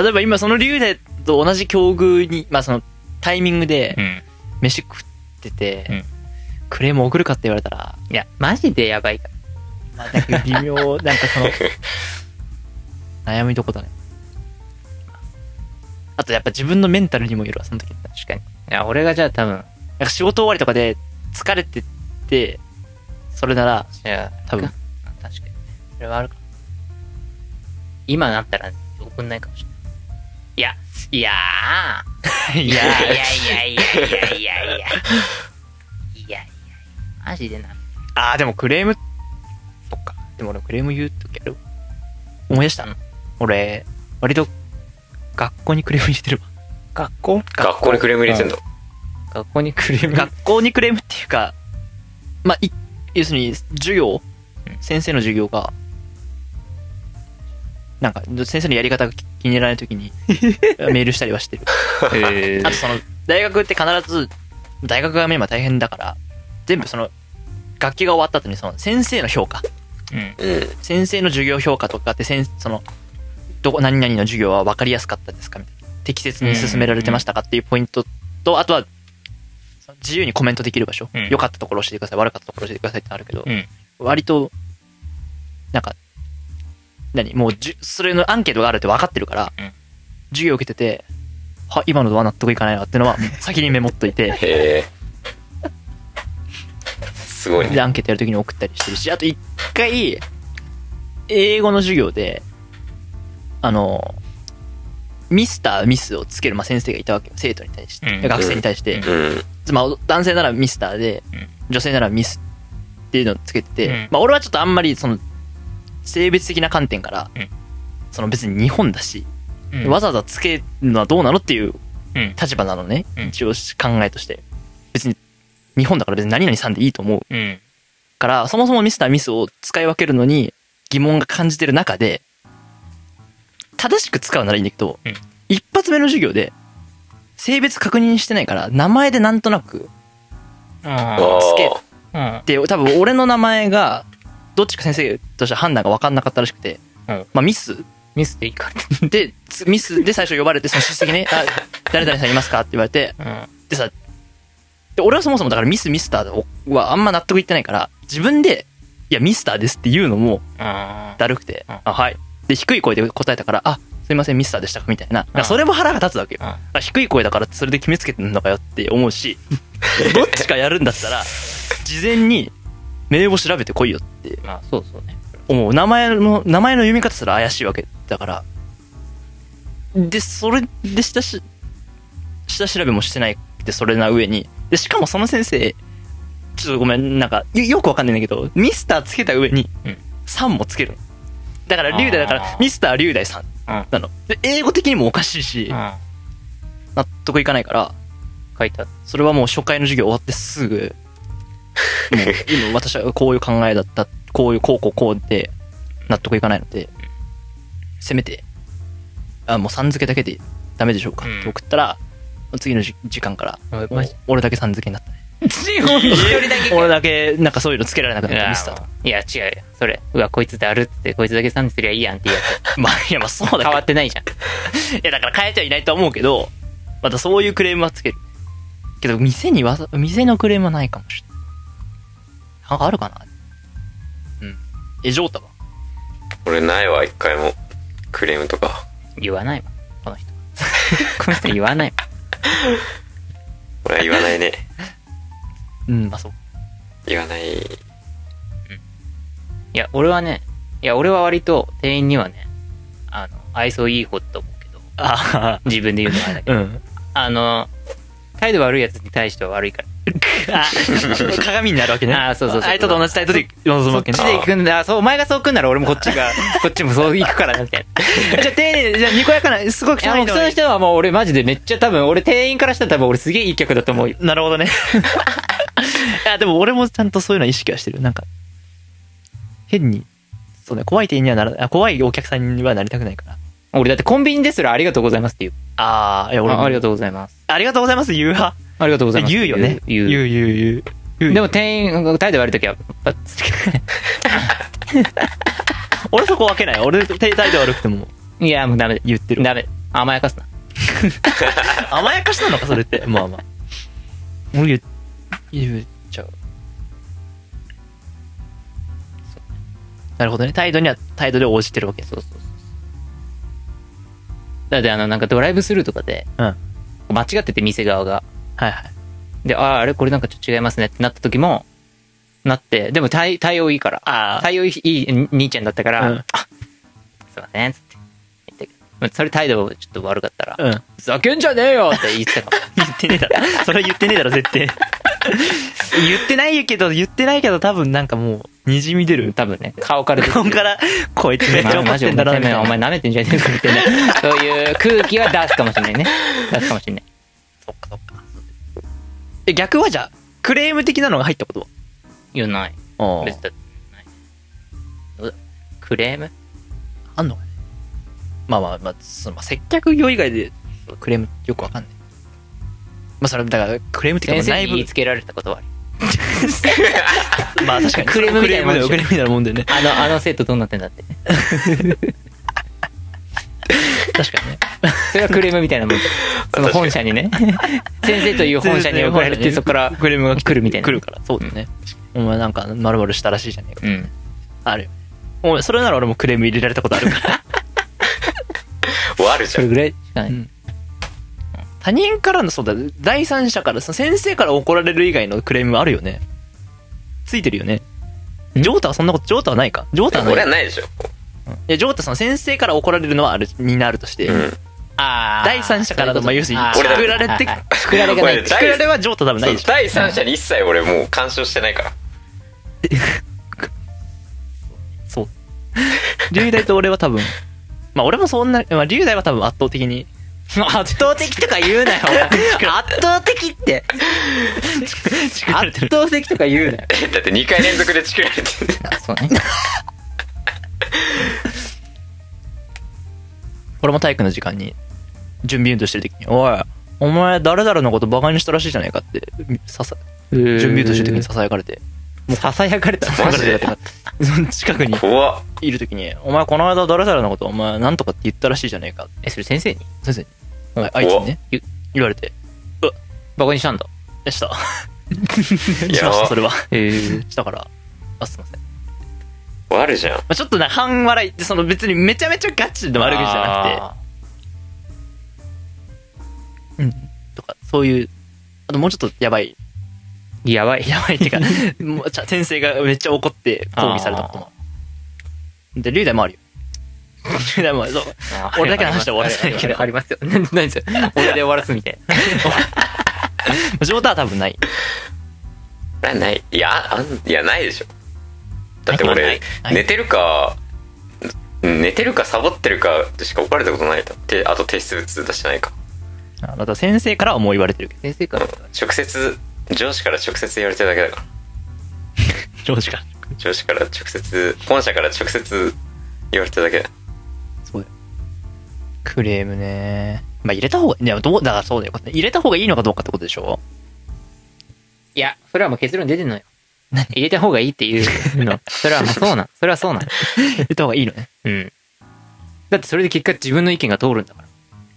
[SPEAKER 1] 例えば今その竜でと同じ境遇にまあそのタイミングで、
[SPEAKER 3] うん。
[SPEAKER 1] 飯食っってて、
[SPEAKER 3] うん
[SPEAKER 1] クレーム送るかって言われたら、
[SPEAKER 3] いや、マジでやばいから。
[SPEAKER 1] まあ、なんか微妙、なんか その、悩みどこだね。あとやっぱ自分のメンタルにもよるわ、その時。
[SPEAKER 3] 確かに。いや、俺がじゃあ多分、
[SPEAKER 1] なんか仕事終わりとかで疲れてて、それなら、
[SPEAKER 3] いや、
[SPEAKER 1] 多分。
[SPEAKER 3] 確かに。それはあるか。今なったら送んないかもしれない。いや、いや ー。いやいやいやいやいやいやいや。いやいや。マジでな。
[SPEAKER 1] ああ、でもクレーム、
[SPEAKER 3] そっか。
[SPEAKER 1] でも俺クレーム言うときある思い出した、
[SPEAKER 3] うん
[SPEAKER 1] 俺、割と学校にクレーム入れてるわ。
[SPEAKER 3] 学校
[SPEAKER 2] 学校にクレーム入れてんだ。
[SPEAKER 3] 学校にクレームが。
[SPEAKER 1] 学校にクレームっていうか、まあ、い要するに授業
[SPEAKER 3] うん
[SPEAKER 1] 先生の授業がなんか先生のやり方が気気に入らない時 にメールしたりはしてる
[SPEAKER 3] え
[SPEAKER 1] あとその大学って必ず大学が今大変だから全部その学期が終わった後にその先生の評価
[SPEAKER 3] うん。
[SPEAKER 2] うん。
[SPEAKER 1] 先生の授業評価とかって先そのどこ何々の授業は分かりやすかったですかみたいな適切に進められてましたかっていうポイントとあとはその自由にコメントできる場所
[SPEAKER 3] うん
[SPEAKER 1] 良、かったところ教えてください悪かったところ教えてくださいってあるけど、
[SPEAKER 3] うん
[SPEAKER 1] 割となんか何もうじゅそれのアンケートがあるって分かってるから、
[SPEAKER 3] うん
[SPEAKER 1] 授業受けてては今のは納得いかないなっていうのは先にメモっといて
[SPEAKER 2] へえ。すごい
[SPEAKER 1] で
[SPEAKER 2] ね。
[SPEAKER 1] アンケートやるときに送ったりしてるしあと一回英語の授業であのミスターミスをつける、まあ、先生がいたわけよ生徒に対して、
[SPEAKER 3] うん
[SPEAKER 1] 学生に対して、
[SPEAKER 2] うん。
[SPEAKER 1] まあ、男性ならミスターで、
[SPEAKER 3] うん
[SPEAKER 1] 女性ならミスっていうのをつけてて、
[SPEAKER 3] うん
[SPEAKER 1] まあ、俺はちょっとあんまりその性別的な観点から、
[SPEAKER 3] うん
[SPEAKER 1] その別に日本だし、
[SPEAKER 3] うん
[SPEAKER 1] わざわざつけるのはどうなのっていう
[SPEAKER 3] うん
[SPEAKER 1] 立場なのね、
[SPEAKER 3] うん
[SPEAKER 1] 一応考えとして別に日本だから別に何々さんでいいと思う
[SPEAKER 3] うん。
[SPEAKER 1] から、そもそもミスターミスを使い分けるのに疑問が感じてる中で、正しく使うならいいんだけど、
[SPEAKER 3] うん
[SPEAKER 1] 一発目の授業で、性別確認してないから、名前でなんとなく、
[SPEAKER 2] あ
[SPEAKER 3] あ
[SPEAKER 1] つけ
[SPEAKER 2] あ。
[SPEAKER 3] あ。
[SPEAKER 1] で、多分俺の名前が、どっちか先生としては判断が分かんなかったらしくて、
[SPEAKER 3] うん
[SPEAKER 1] まあミス
[SPEAKER 3] ミスでいいから。
[SPEAKER 1] で、つミスで最初呼ばれて、その出席ね、あ、誰々さんいますかって言われて、
[SPEAKER 3] う
[SPEAKER 1] でさ、で俺はそもそもだからミスミスターはあんま納得いってないから、自分で、いやミスターですって言うのも、
[SPEAKER 3] ん。あ
[SPEAKER 1] だるくて、
[SPEAKER 3] うん
[SPEAKER 1] あはいで低い声で答えたからあすいませんミスターでしたかみたいなだから
[SPEAKER 3] うん
[SPEAKER 1] それも腹が立つわけよ、
[SPEAKER 3] うん
[SPEAKER 1] だから低い声だからそれで決めつけてんのかよって思う しどっちかやるんだったら事前に名簿調べてこいよって
[SPEAKER 3] まあ、そうそうね。
[SPEAKER 1] 思う名前の名前の読み方すら怪しいわけだからでそれで下し下調べもしてないでそれな上にでしかもその先生ちょっとごめんなんかよよくわかんないんだけどミスターつけた上に
[SPEAKER 3] うん
[SPEAKER 1] さんもつけるのだから龍大だから
[SPEAKER 3] あー
[SPEAKER 1] ミスター龍大さん
[SPEAKER 3] うん
[SPEAKER 1] なので英語的にもおかしいし
[SPEAKER 3] うん。
[SPEAKER 1] 納得いかないから
[SPEAKER 3] 書いてある。
[SPEAKER 1] それはもう初回の授業終わってすぐ、もう今私はこういう考えだった、こういう、こうこうこうで納得いかないので、せめて、あ、もうさん付けだけでダメでしょうか
[SPEAKER 3] うん
[SPEAKER 1] って送ったら、次のじ時間から、
[SPEAKER 3] お
[SPEAKER 1] もう
[SPEAKER 3] マジ
[SPEAKER 1] 俺だけさん付けにな ったね。
[SPEAKER 3] 一人だけ
[SPEAKER 1] 俺だけ、なんかそういうのつけられなくなった、ミスターとか。
[SPEAKER 3] いや、違うよ。それ。うわ、こいつだるって、こいつだけサンすりゃいいやんっていうや
[SPEAKER 1] まあ、いや、まあそうだ
[SPEAKER 3] つ。
[SPEAKER 1] け
[SPEAKER 3] 変
[SPEAKER 1] ど
[SPEAKER 3] わって ないじゃん。
[SPEAKER 1] いや、だから変えてはいないとは思うけど、またそういうクレームはつける。けど、店にわざ、店のクレームはないかもしれない。なんかあるかなうん。え、ジョータは
[SPEAKER 2] 俺ないわ、一回も。クレームとか。
[SPEAKER 3] 言わないわ、この人。 この人言わないわ。
[SPEAKER 2] 俺は言わないね。
[SPEAKER 1] うん、まあそう。
[SPEAKER 2] 言わない。
[SPEAKER 3] いや、俺はね、いや、俺は割と店員にはね、あの、愛想いい方と思うけど、
[SPEAKER 1] あ
[SPEAKER 3] 自分で言うのはあ れだけど、
[SPEAKER 1] あ、うん。
[SPEAKER 3] あの、態度悪いやつに対しては悪いから。
[SPEAKER 1] あ、 鏡になるわけね。
[SPEAKER 3] あーそうそうそう
[SPEAKER 1] あいつと同じ態度で臨む
[SPEAKER 3] そ
[SPEAKER 1] わ
[SPEAKER 3] っ
[SPEAKER 1] け
[SPEAKER 3] ち
[SPEAKER 1] ね。
[SPEAKER 3] で行くんだ、あそう、お前がそう来んなら俺もこっち が、こっちもそう行くからな、みたいな。じゃあ、丁寧に、じゃあ、にこやかな、すごく
[SPEAKER 1] いやもう
[SPEAKER 3] その人はもう俺マジでめっちゃ多分、俺店員からしたら多分俺すげえいい客だと思うよ。
[SPEAKER 1] なるほど ね。いや、でも俺もちゃんとそういうのは意識はしてる。なんか、変に、そうね、怖い店員にはならない、あ怖いお客さんにはなりたくないから。
[SPEAKER 3] 俺だってコンビニですらありがとうございますって言う。
[SPEAKER 1] ああ、いや、俺も
[SPEAKER 3] あありがとうございます。
[SPEAKER 1] ありがとうございます、言う派。
[SPEAKER 3] ありがとうございます。
[SPEAKER 1] 言うよね。
[SPEAKER 3] 言う。
[SPEAKER 1] 言う、言う、言う。言う
[SPEAKER 3] でも店員が態度悪いときは、 パッつけ
[SPEAKER 1] 俺そこ分けない。俺、手態度悪くても
[SPEAKER 3] いや、もうダメだ。
[SPEAKER 1] 言ってる。
[SPEAKER 3] ダメ。甘やかすな。
[SPEAKER 1] 甘やかしたのか、それって。まあまあ。俺言っ言っちゃう。そうなるほどね。態度には態度で応じてるわけ。
[SPEAKER 3] そうそうそう。だってあの、なんかドライブスルーとかで、
[SPEAKER 1] うん
[SPEAKER 3] 間違ってて店側が。
[SPEAKER 1] はいはい。
[SPEAKER 3] で、ああ、あれこれなんかちょっと違いますねってなった時も、なって、でも対対応いいから、
[SPEAKER 1] ああ
[SPEAKER 3] 対応いいに兄ちゃんだったから、
[SPEAKER 1] うん
[SPEAKER 3] あすいません、つって言ったけどまあそれ態度ちょっと悪かったら、
[SPEAKER 1] うん。言
[SPEAKER 3] ふざけんじゃねえよって言ってたかも。
[SPEAKER 1] ってねえだろ。それは言ってねえだろ、絶対。言ってないけど、言ってないけど、多分なんかもう、にじみ出る。
[SPEAKER 3] 多分ね、顔から出てく
[SPEAKER 1] こ
[SPEAKER 3] る
[SPEAKER 1] んから、こいつめっちゃ
[SPEAKER 3] まあ
[SPEAKER 1] 怒
[SPEAKER 3] マ
[SPEAKER 1] っ
[SPEAKER 3] ジ
[SPEAKER 1] て
[SPEAKER 3] で
[SPEAKER 1] んだろ、
[SPEAKER 3] て
[SPEAKER 1] みた
[SPEAKER 3] め
[SPEAKER 1] い
[SPEAKER 3] えお
[SPEAKER 1] な。
[SPEAKER 3] 前舐めてんじゃねえかみたい な。そういう空気は出すかもしれないね。出すかもしれない。
[SPEAKER 1] そっかそっか。え逆はじゃあ、クレーム的なのが入ったこと
[SPEAKER 3] 言わない。
[SPEAKER 1] は
[SPEAKER 3] 別だ。ないどうだクレーム
[SPEAKER 1] あんのかねまあまあまあ、そのまあ、接客業以外でクレームよくわかんない。まあそれだから クレームっていう
[SPEAKER 3] 先
[SPEAKER 1] かまあ内
[SPEAKER 3] 生に言
[SPEAKER 1] 部
[SPEAKER 3] い、つけられたことはある。
[SPEAKER 1] まあ確かに
[SPEAKER 3] クレームみたいなも
[SPEAKER 1] クレームだよ
[SPEAKER 3] んでしょ
[SPEAKER 1] クレームみたいなもんでね。
[SPEAKER 3] あの、あの生徒どうなってんだって。
[SPEAKER 1] 確 かにね。
[SPEAKER 3] それはクレームみたい なもんだよその本社にね。先生という本社に送られて、そこから
[SPEAKER 1] クレームが
[SPEAKER 3] 来るみたいな。
[SPEAKER 1] 来るから。そうだね。お前なんか丸々したらしいじゃねえか。
[SPEAKER 3] うん。
[SPEAKER 1] あるよ。お前それなら俺もクレーム入れられたことあるから。
[SPEAKER 2] わるじ
[SPEAKER 3] そ
[SPEAKER 2] ゃ
[SPEAKER 3] れ
[SPEAKER 2] ん
[SPEAKER 3] ぐらいしかない。
[SPEAKER 1] 他人からの、そうだ、第三者から、その先生から怒られる以外のクレームあるよね。ついてるよね。ジョータはそんなこと、ジョータはないかジョータはない
[SPEAKER 2] 俺はないでしょ
[SPEAKER 1] いや、ジョータさん、先生から怒られるのはある、になるとして、
[SPEAKER 2] うん
[SPEAKER 3] あー
[SPEAKER 1] 第三者からの、まあ、要するに、
[SPEAKER 3] あー
[SPEAKER 1] 作られて、
[SPEAKER 3] はいはい作られがない
[SPEAKER 2] 俺。
[SPEAKER 1] 作られはジョータ多分ないでしょ。
[SPEAKER 2] 第三者に一切俺もう干渉してないから
[SPEAKER 1] そう。龍大と俺は多分、まあ、俺もそんな、まあ、龍大は多分圧倒的に、
[SPEAKER 3] 圧倒的とか言うなよ。 圧倒的って。
[SPEAKER 1] 力入れて
[SPEAKER 3] 圧
[SPEAKER 1] る。
[SPEAKER 3] 倒的とか言うなよ。
[SPEAKER 2] だって2回連続でチクられて
[SPEAKER 3] そうね。
[SPEAKER 1] 俺も体育の時間に、準備運動してる時に、おい、お前、誰々のことバカにしたらしいじゃないかって、ささ準
[SPEAKER 3] 準
[SPEAKER 1] 備運動してる時に囁かれて、
[SPEAKER 3] ささやかれた。
[SPEAKER 2] マジで
[SPEAKER 1] 囁かれてその近くに
[SPEAKER 2] 怖っ
[SPEAKER 1] いる時に、お前、この間誰々のこと、お前、なんとかって言ったらしいじゃないか
[SPEAKER 3] え、それ先生に
[SPEAKER 1] 先生に、ああいつにね、言言われて、
[SPEAKER 3] バカにしたんだ。
[SPEAKER 1] でした。 しました、それは。
[SPEAKER 3] へえ。
[SPEAKER 1] したから、あ、すいません。ま
[SPEAKER 2] わるじゃん
[SPEAKER 1] あ、ちょっとな、半笑いって、その別にめちゃめちゃガチの悪口じゃなくて、うん。とか、そういう、あともうちょっとやばい、
[SPEAKER 3] くて。やばい。
[SPEAKER 1] やばいって いうか、もうちゃ先生がめっちゃ怒って抗議されたことも。で、龍大もあるよ。龍大もある。そう。俺だけの話で終わらせないけど
[SPEAKER 3] ありますよ。 何何ですよ。俺で終わらすみたいな。
[SPEAKER 1] ジョータは多分ない。
[SPEAKER 2] なないいやあんいやないでしょだって
[SPEAKER 1] な
[SPEAKER 2] 俺
[SPEAKER 1] いない
[SPEAKER 2] 寝てるか寝てるかサボってるかでしか怒られたことないだってあと提出物出してないか
[SPEAKER 1] あだから先生からはもう言われてるけ
[SPEAKER 3] 先生から。
[SPEAKER 2] 直接上司から直接言われてるだけだから
[SPEAKER 1] ど、上司から。
[SPEAKER 2] 上司から直接本社から直接言われてるだけ
[SPEAKER 1] そうだよ。クレームね。まあ、入れた方が、いや、どう、だからそうだよ。入れた方がいいのかどうかってことでしょ
[SPEAKER 3] いや、それはもう結論出てんのよ。入れた方がいいっていう の。それはもうそうなん。それはそうなん。
[SPEAKER 1] 入れた方がいいのね。
[SPEAKER 3] うん。だってそれで結果自分の意見が通るんだから。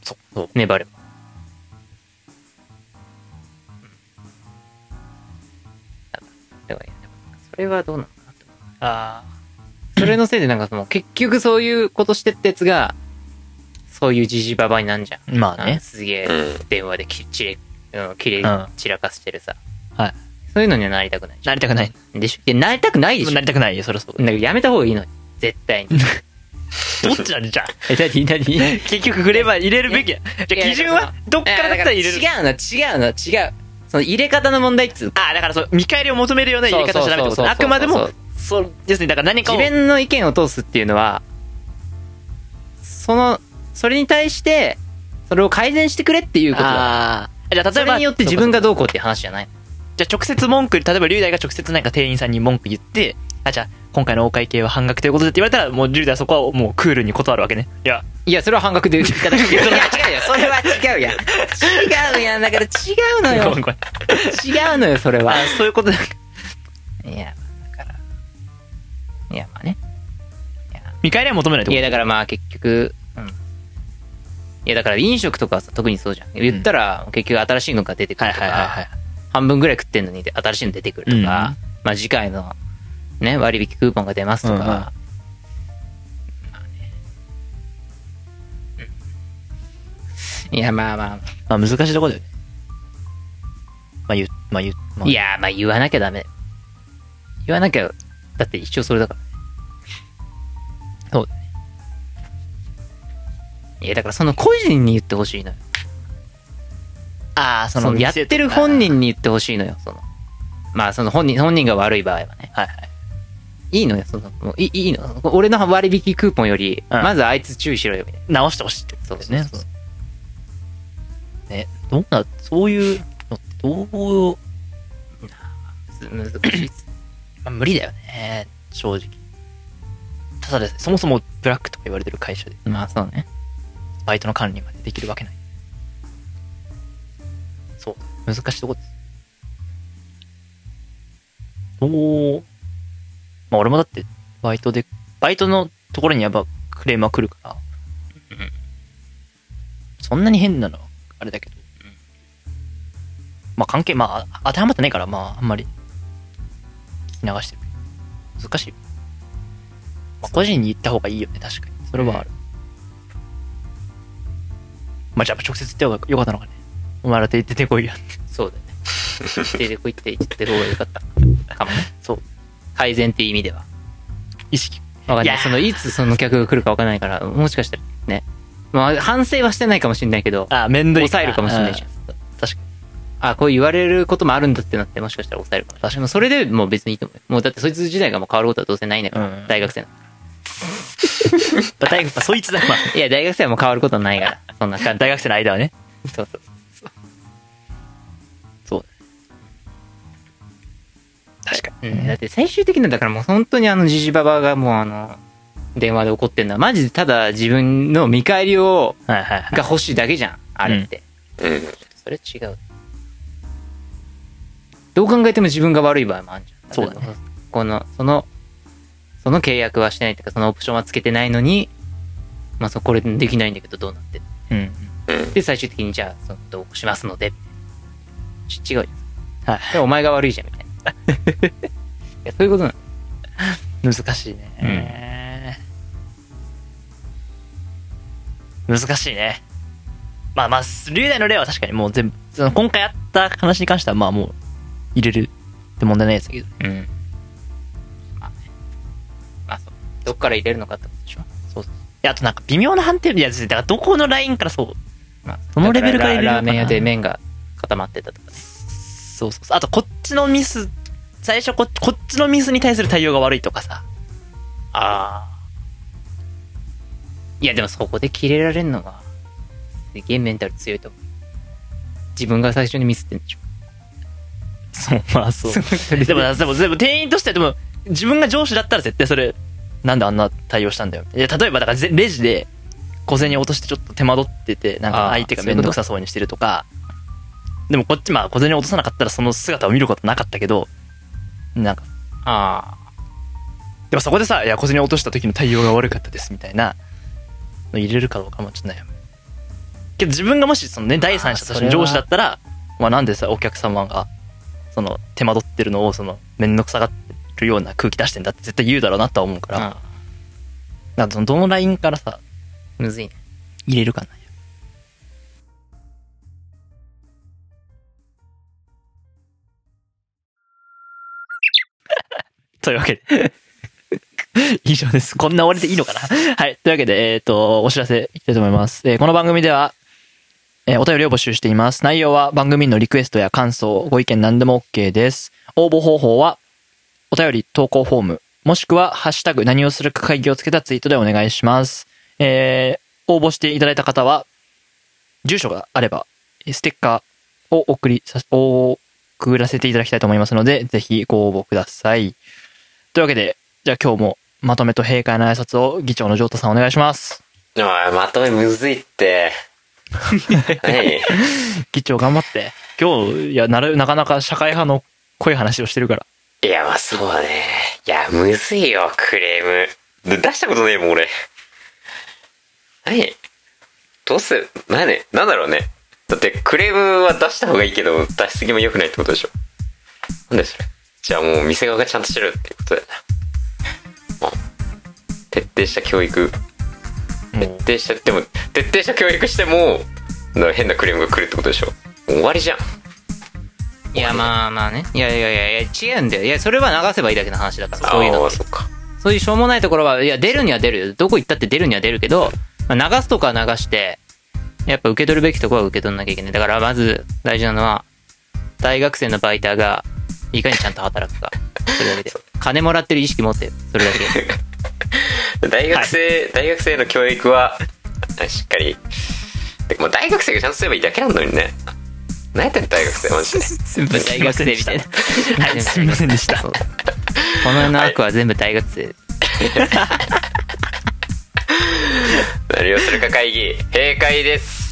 [SPEAKER 1] そう。そう。
[SPEAKER 3] 粘れば。だからそれはどうなのかなって思
[SPEAKER 1] ああ。
[SPEAKER 3] うそれのせいでなんかその、結局そういうことしてってやつが、そういうじじばばになんじゃん。
[SPEAKER 1] まあ
[SPEAKER 3] あ
[SPEAKER 1] ね。
[SPEAKER 3] すげ
[SPEAKER 2] う
[SPEAKER 3] え、
[SPEAKER 2] ん
[SPEAKER 3] 電話できちれ、うん、きれ、
[SPEAKER 1] うん
[SPEAKER 3] 散らかしてるさ。
[SPEAKER 1] はい。
[SPEAKER 3] そういうのにはなりたくないじゃ
[SPEAKER 1] なりたくない。
[SPEAKER 3] ん。でしょいや、なりたくないでしょ。
[SPEAKER 1] な
[SPEAKER 3] だ
[SPEAKER 1] りたくないよ、そりゃそう
[SPEAKER 3] けどやめた方がいいのよ。絶対に。
[SPEAKER 1] どっちだね、じゃあ。
[SPEAKER 3] え、なになに
[SPEAKER 1] 結局、フレーバー入れるべきや。じゃあ、基準は、どっからだったら入れる。
[SPEAKER 3] 違うの違うの違うその入れ方の問題っつうか
[SPEAKER 1] ああ、だからそう、見返りを求めるような入れ方しちゃダメってこ
[SPEAKER 3] そうそうそうそう
[SPEAKER 1] とあくまで
[SPEAKER 3] そう
[SPEAKER 1] も
[SPEAKER 3] そう、
[SPEAKER 1] そう、ですね、だから何か
[SPEAKER 3] 自
[SPEAKER 1] を。
[SPEAKER 3] 分の意見を通すっていうのはそのそれに対してそれを改善してくれっていうことだ
[SPEAKER 1] ああ。じゃあ、例
[SPEAKER 3] そ
[SPEAKER 1] えば、
[SPEAKER 3] れによって自分がどうこうっていう話じゃない
[SPEAKER 1] じゃあ、直接文句、例えば、龍大が直接なんか店員さんに文句言って、あ、じゃあ、今回のお会計は半額ということでって言われたら、もう龍大はそこはもうクールに断るわけね。いや、
[SPEAKER 3] いやそれは半額で言っていただく いや違うよそれは違うやん違うやんだから違 うの
[SPEAKER 1] ご
[SPEAKER 3] よ
[SPEAKER 1] めんごめん。
[SPEAKER 3] 違うのよそれは
[SPEAKER 1] あそういうことだ。
[SPEAKER 3] いやだからいやまあね
[SPEAKER 1] 見返りは求めないって
[SPEAKER 3] い
[SPEAKER 1] こ
[SPEAKER 3] や
[SPEAKER 1] と
[SPEAKER 3] だからまあ結局、うん、いやだから飲食とかはさ特にそうじゃん言ったら結局新しいのが出てくるとか、
[SPEAKER 1] はいはいはいはい。
[SPEAKER 3] 半分ぐらい食ってんのにで新しいの出てくるとか、まあ次回のね、割引クーポンが出ますとか、
[SPEAKER 1] うんうん
[SPEAKER 3] まあねうんいや、まあま
[SPEAKER 1] まあ難しいとこだよね。まあ言う、まあ言う、ま
[SPEAKER 3] あ、
[SPEAKER 1] あ、
[SPEAKER 3] いや、まあ言わなきゃダメ。言わなきゃ、だって一応それだから。
[SPEAKER 1] そう
[SPEAKER 3] だね。いや、だからその個人に言ってほしいのよ。
[SPEAKER 1] ああ、そ
[SPEAKER 3] その
[SPEAKER 1] の
[SPEAKER 3] やってる本人に言ってほしいのよ。そのまあその本人、本人が悪い場合はね。
[SPEAKER 1] はいはい。
[SPEAKER 3] いいのよ、その、もういいいいの。俺の割引クーポンより、
[SPEAKER 1] うん
[SPEAKER 3] まずあいつ注意しろよ、みたい
[SPEAKER 1] 直してほしいって
[SPEAKER 3] な。そう
[SPEAKER 1] です
[SPEAKER 3] ね
[SPEAKER 1] ね。。ね、どうな、そういうのってどう、
[SPEAKER 3] そう難しいっす
[SPEAKER 1] まあ、無理だよね、正直。ただですね、そもそもブラックとか言われてる会社で、
[SPEAKER 3] まあそうね。
[SPEAKER 1] バイトの管理までできるわけない。そう、難しいとこです。おう、まあ俺もだって、バイトで、バイトのところにやっぱクレームは来るから
[SPEAKER 3] うん、
[SPEAKER 1] そんなに変なのはあれだけど
[SPEAKER 3] うん、
[SPEAKER 1] まあ関係、まあ当てはまってないから、まああんまり聞き流してるけど難しい。まあ個人に行った方がいいよね、確かに。それはある。まあ、じゃあ直接言った方がよかったのかね。お前ら出てこいや。
[SPEAKER 3] そうだよね。出てこいって言ってる方がよかった。かもね。
[SPEAKER 1] そう。
[SPEAKER 3] 改善っていう意味では。
[SPEAKER 1] 意識。
[SPEAKER 3] わかん
[SPEAKER 1] い
[SPEAKER 3] な
[SPEAKER 1] や
[SPEAKER 3] い。
[SPEAKER 1] ー
[SPEAKER 3] その、いつその客が来るかわかんないから、もしかしたらね。まあ反省はしてないかもしれないけど、
[SPEAKER 1] あ、面倒
[SPEAKER 3] 抑えるかもしれないじゃん。
[SPEAKER 1] 確かに。
[SPEAKER 3] あ、こう言われることもあるんだってなって、もしかしたら抑えるかも。私もそれでもう別にいいと思うよ。もうだってそいつ自体がもう変わることはどうせないんだから、
[SPEAKER 1] うん
[SPEAKER 3] 大学生の。
[SPEAKER 1] まあ大学、まあ、そいつだ。 まあ、
[SPEAKER 3] いや、大学生はもう変わることはな いから、そんな感じ。
[SPEAKER 1] 大学生の間はね。
[SPEAKER 3] そうそう。
[SPEAKER 1] 確か
[SPEAKER 3] う
[SPEAKER 1] に。
[SPEAKER 3] ん、だって最終的なんだからもう本当にあのジジババがもうあの、電話で怒ってんのはマジでただ自分の見返りを、
[SPEAKER 1] はいはいはい。
[SPEAKER 3] が欲しいだけじゃん、あれって。
[SPEAKER 2] うん。
[SPEAKER 3] それ違う。どう考えても自分が悪い場合もあるじゃん。
[SPEAKER 1] そうだね
[SPEAKER 3] 例えば。この、その、その契約はしてないというか、そのオプションはつけてないのに、まあそう、これできないんだけどどうなってんの
[SPEAKER 1] うんうん。
[SPEAKER 3] で、最終的にじゃあ、その、どうしますので、ち違うじゃん。
[SPEAKER 1] はい
[SPEAKER 3] でお前が悪いじゃん、みたいな。 いや、そういうことなの。
[SPEAKER 1] 難しいね。難しいね。まあまあ、龍大の例は確かにもう全部、その今回あった話に関してはまあもう入れるって問題ないですけど。
[SPEAKER 3] うん。まあね。まあそう。どっから入れるのかってことでしょ。
[SPEAKER 1] そうそう。いや、あとなんか微妙な判定いや、だからどこのラインからそう。
[SPEAKER 3] まあ、
[SPEAKER 1] そのレベルから入れるの
[SPEAKER 3] ラ
[SPEAKER 1] かな
[SPEAKER 3] ラーメン屋で麺が固まってたとか。
[SPEAKER 1] そうそうそう。あと、こっちのミス、最初ここっちのミスに対する対応が悪いとかさ。
[SPEAKER 3] ああ。いや、でもそこで切れられるのが、すげえメンタル強いと思う。自分が最初にミスってんでしょ。
[SPEAKER 1] そう、まあそでも、でも、でも店員としてはでも、自分が上司だったら絶対それ、なんであんな対応したんだよ。いや、例えば、だからぜレジで、小銭落としてちょっと手間取ってて、なん
[SPEAKER 3] あ
[SPEAKER 1] か
[SPEAKER 3] ー
[SPEAKER 1] 相手が面倒くさそうにしてるとか、でもこっち、まあ小銭落とさなかったらその姿を見ることなかったけど、なんか、
[SPEAKER 3] あ
[SPEAKER 1] でもそこでさ、いや、小銭落とした時の対応が悪かったですみたいなの入れるかどうかもちょっと悩む。けど自分がもし、そのね、第三者としての上司だったら、まあなんでさ、お客様が、その、手間取ってるのを、その、面倒くさがってるような空気出してんだって絶対言うだろうなとは思うから、
[SPEAKER 3] あ。
[SPEAKER 1] なんかそのどのラインからさ、
[SPEAKER 3] むずいね。
[SPEAKER 1] 入れるかな。 というわけで。 以上です。こんな終わりでいいのかな はい。というわけで、えっ、と、お知らせいきたいと思います。えーこの番組では、えーお便りを募集しています。内容は番組のリクエストや感想、ご意見何でも OK です。応募方法は、お便り投稿フォーム、もしくは、ハッシュタグ何をするか会議をつけたツイートでお願いします。えー応募していただいた方は、住所があれば、えーステッカーを送りさ、お送らせていただきたいと思いますので、ぜひご応募ください。というわけで、じゃあ今日もまとめと閉会の挨拶を議長の城太さんお願いします。
[SPEAKER 2] おいまとめむずいって。 何
[SPEAKER 1] 議長頑張って。今日、いや、なるなかなか社会派の濃い話をしてるから。
[SPEAKER 2] いや、まあそうだね。いや、むずいよ、クレーム。で出したことねえもん、俺。何どうする何なんだろうね。だってクレームは出した方がいいけど出しすぎも良くないってことでしょなんでそれじゃあもう店側がちゃんとしろよっていうことだよな、うん徹底した教育徹
[SPEAKER 1] もう
[SPEAKER 2] 底したでも徹底した教育してもだから変なクレームが来るってことでしょもう終わりじゃん
[SPEAKER 3] いや、まあまあね。いやいやいやいや、違うんだよ。いや、それは流せばいいだけの話だから、そういうの
[SPEAKER 2] あ
[SPEAKER 3] っ
[SPEAKER 2] あ
[SPEAKER 3] て。
[SPEAKER 2] そっか
[SPEAKER 3] そういうしょうもないところは、いや、出るには出るよ。どこ行ったって出るには出るけど、まあ、流すとかは流して、やっぱ受け取るべきところは受け取んなきゃいけない。だから、まず大事なのは、大学生のバイターが、いかにちゃんと働くか。それだけで。 金もらってる意識持ってる。それだけ。
[SPEAKER 2] 大学生、大学生の教育はあしっかりでもう大学生がちゃんとすればいいだけなのにね何やってんの大学生マジで
[SPEAKER 3] 全部大学生みたいな。 はい
[SPEAKER 1] すみませんでした
[SPEAKER 3] そうこの世の悪は全部大学生。
[SPEAKER 2] 何をするか会議閉会です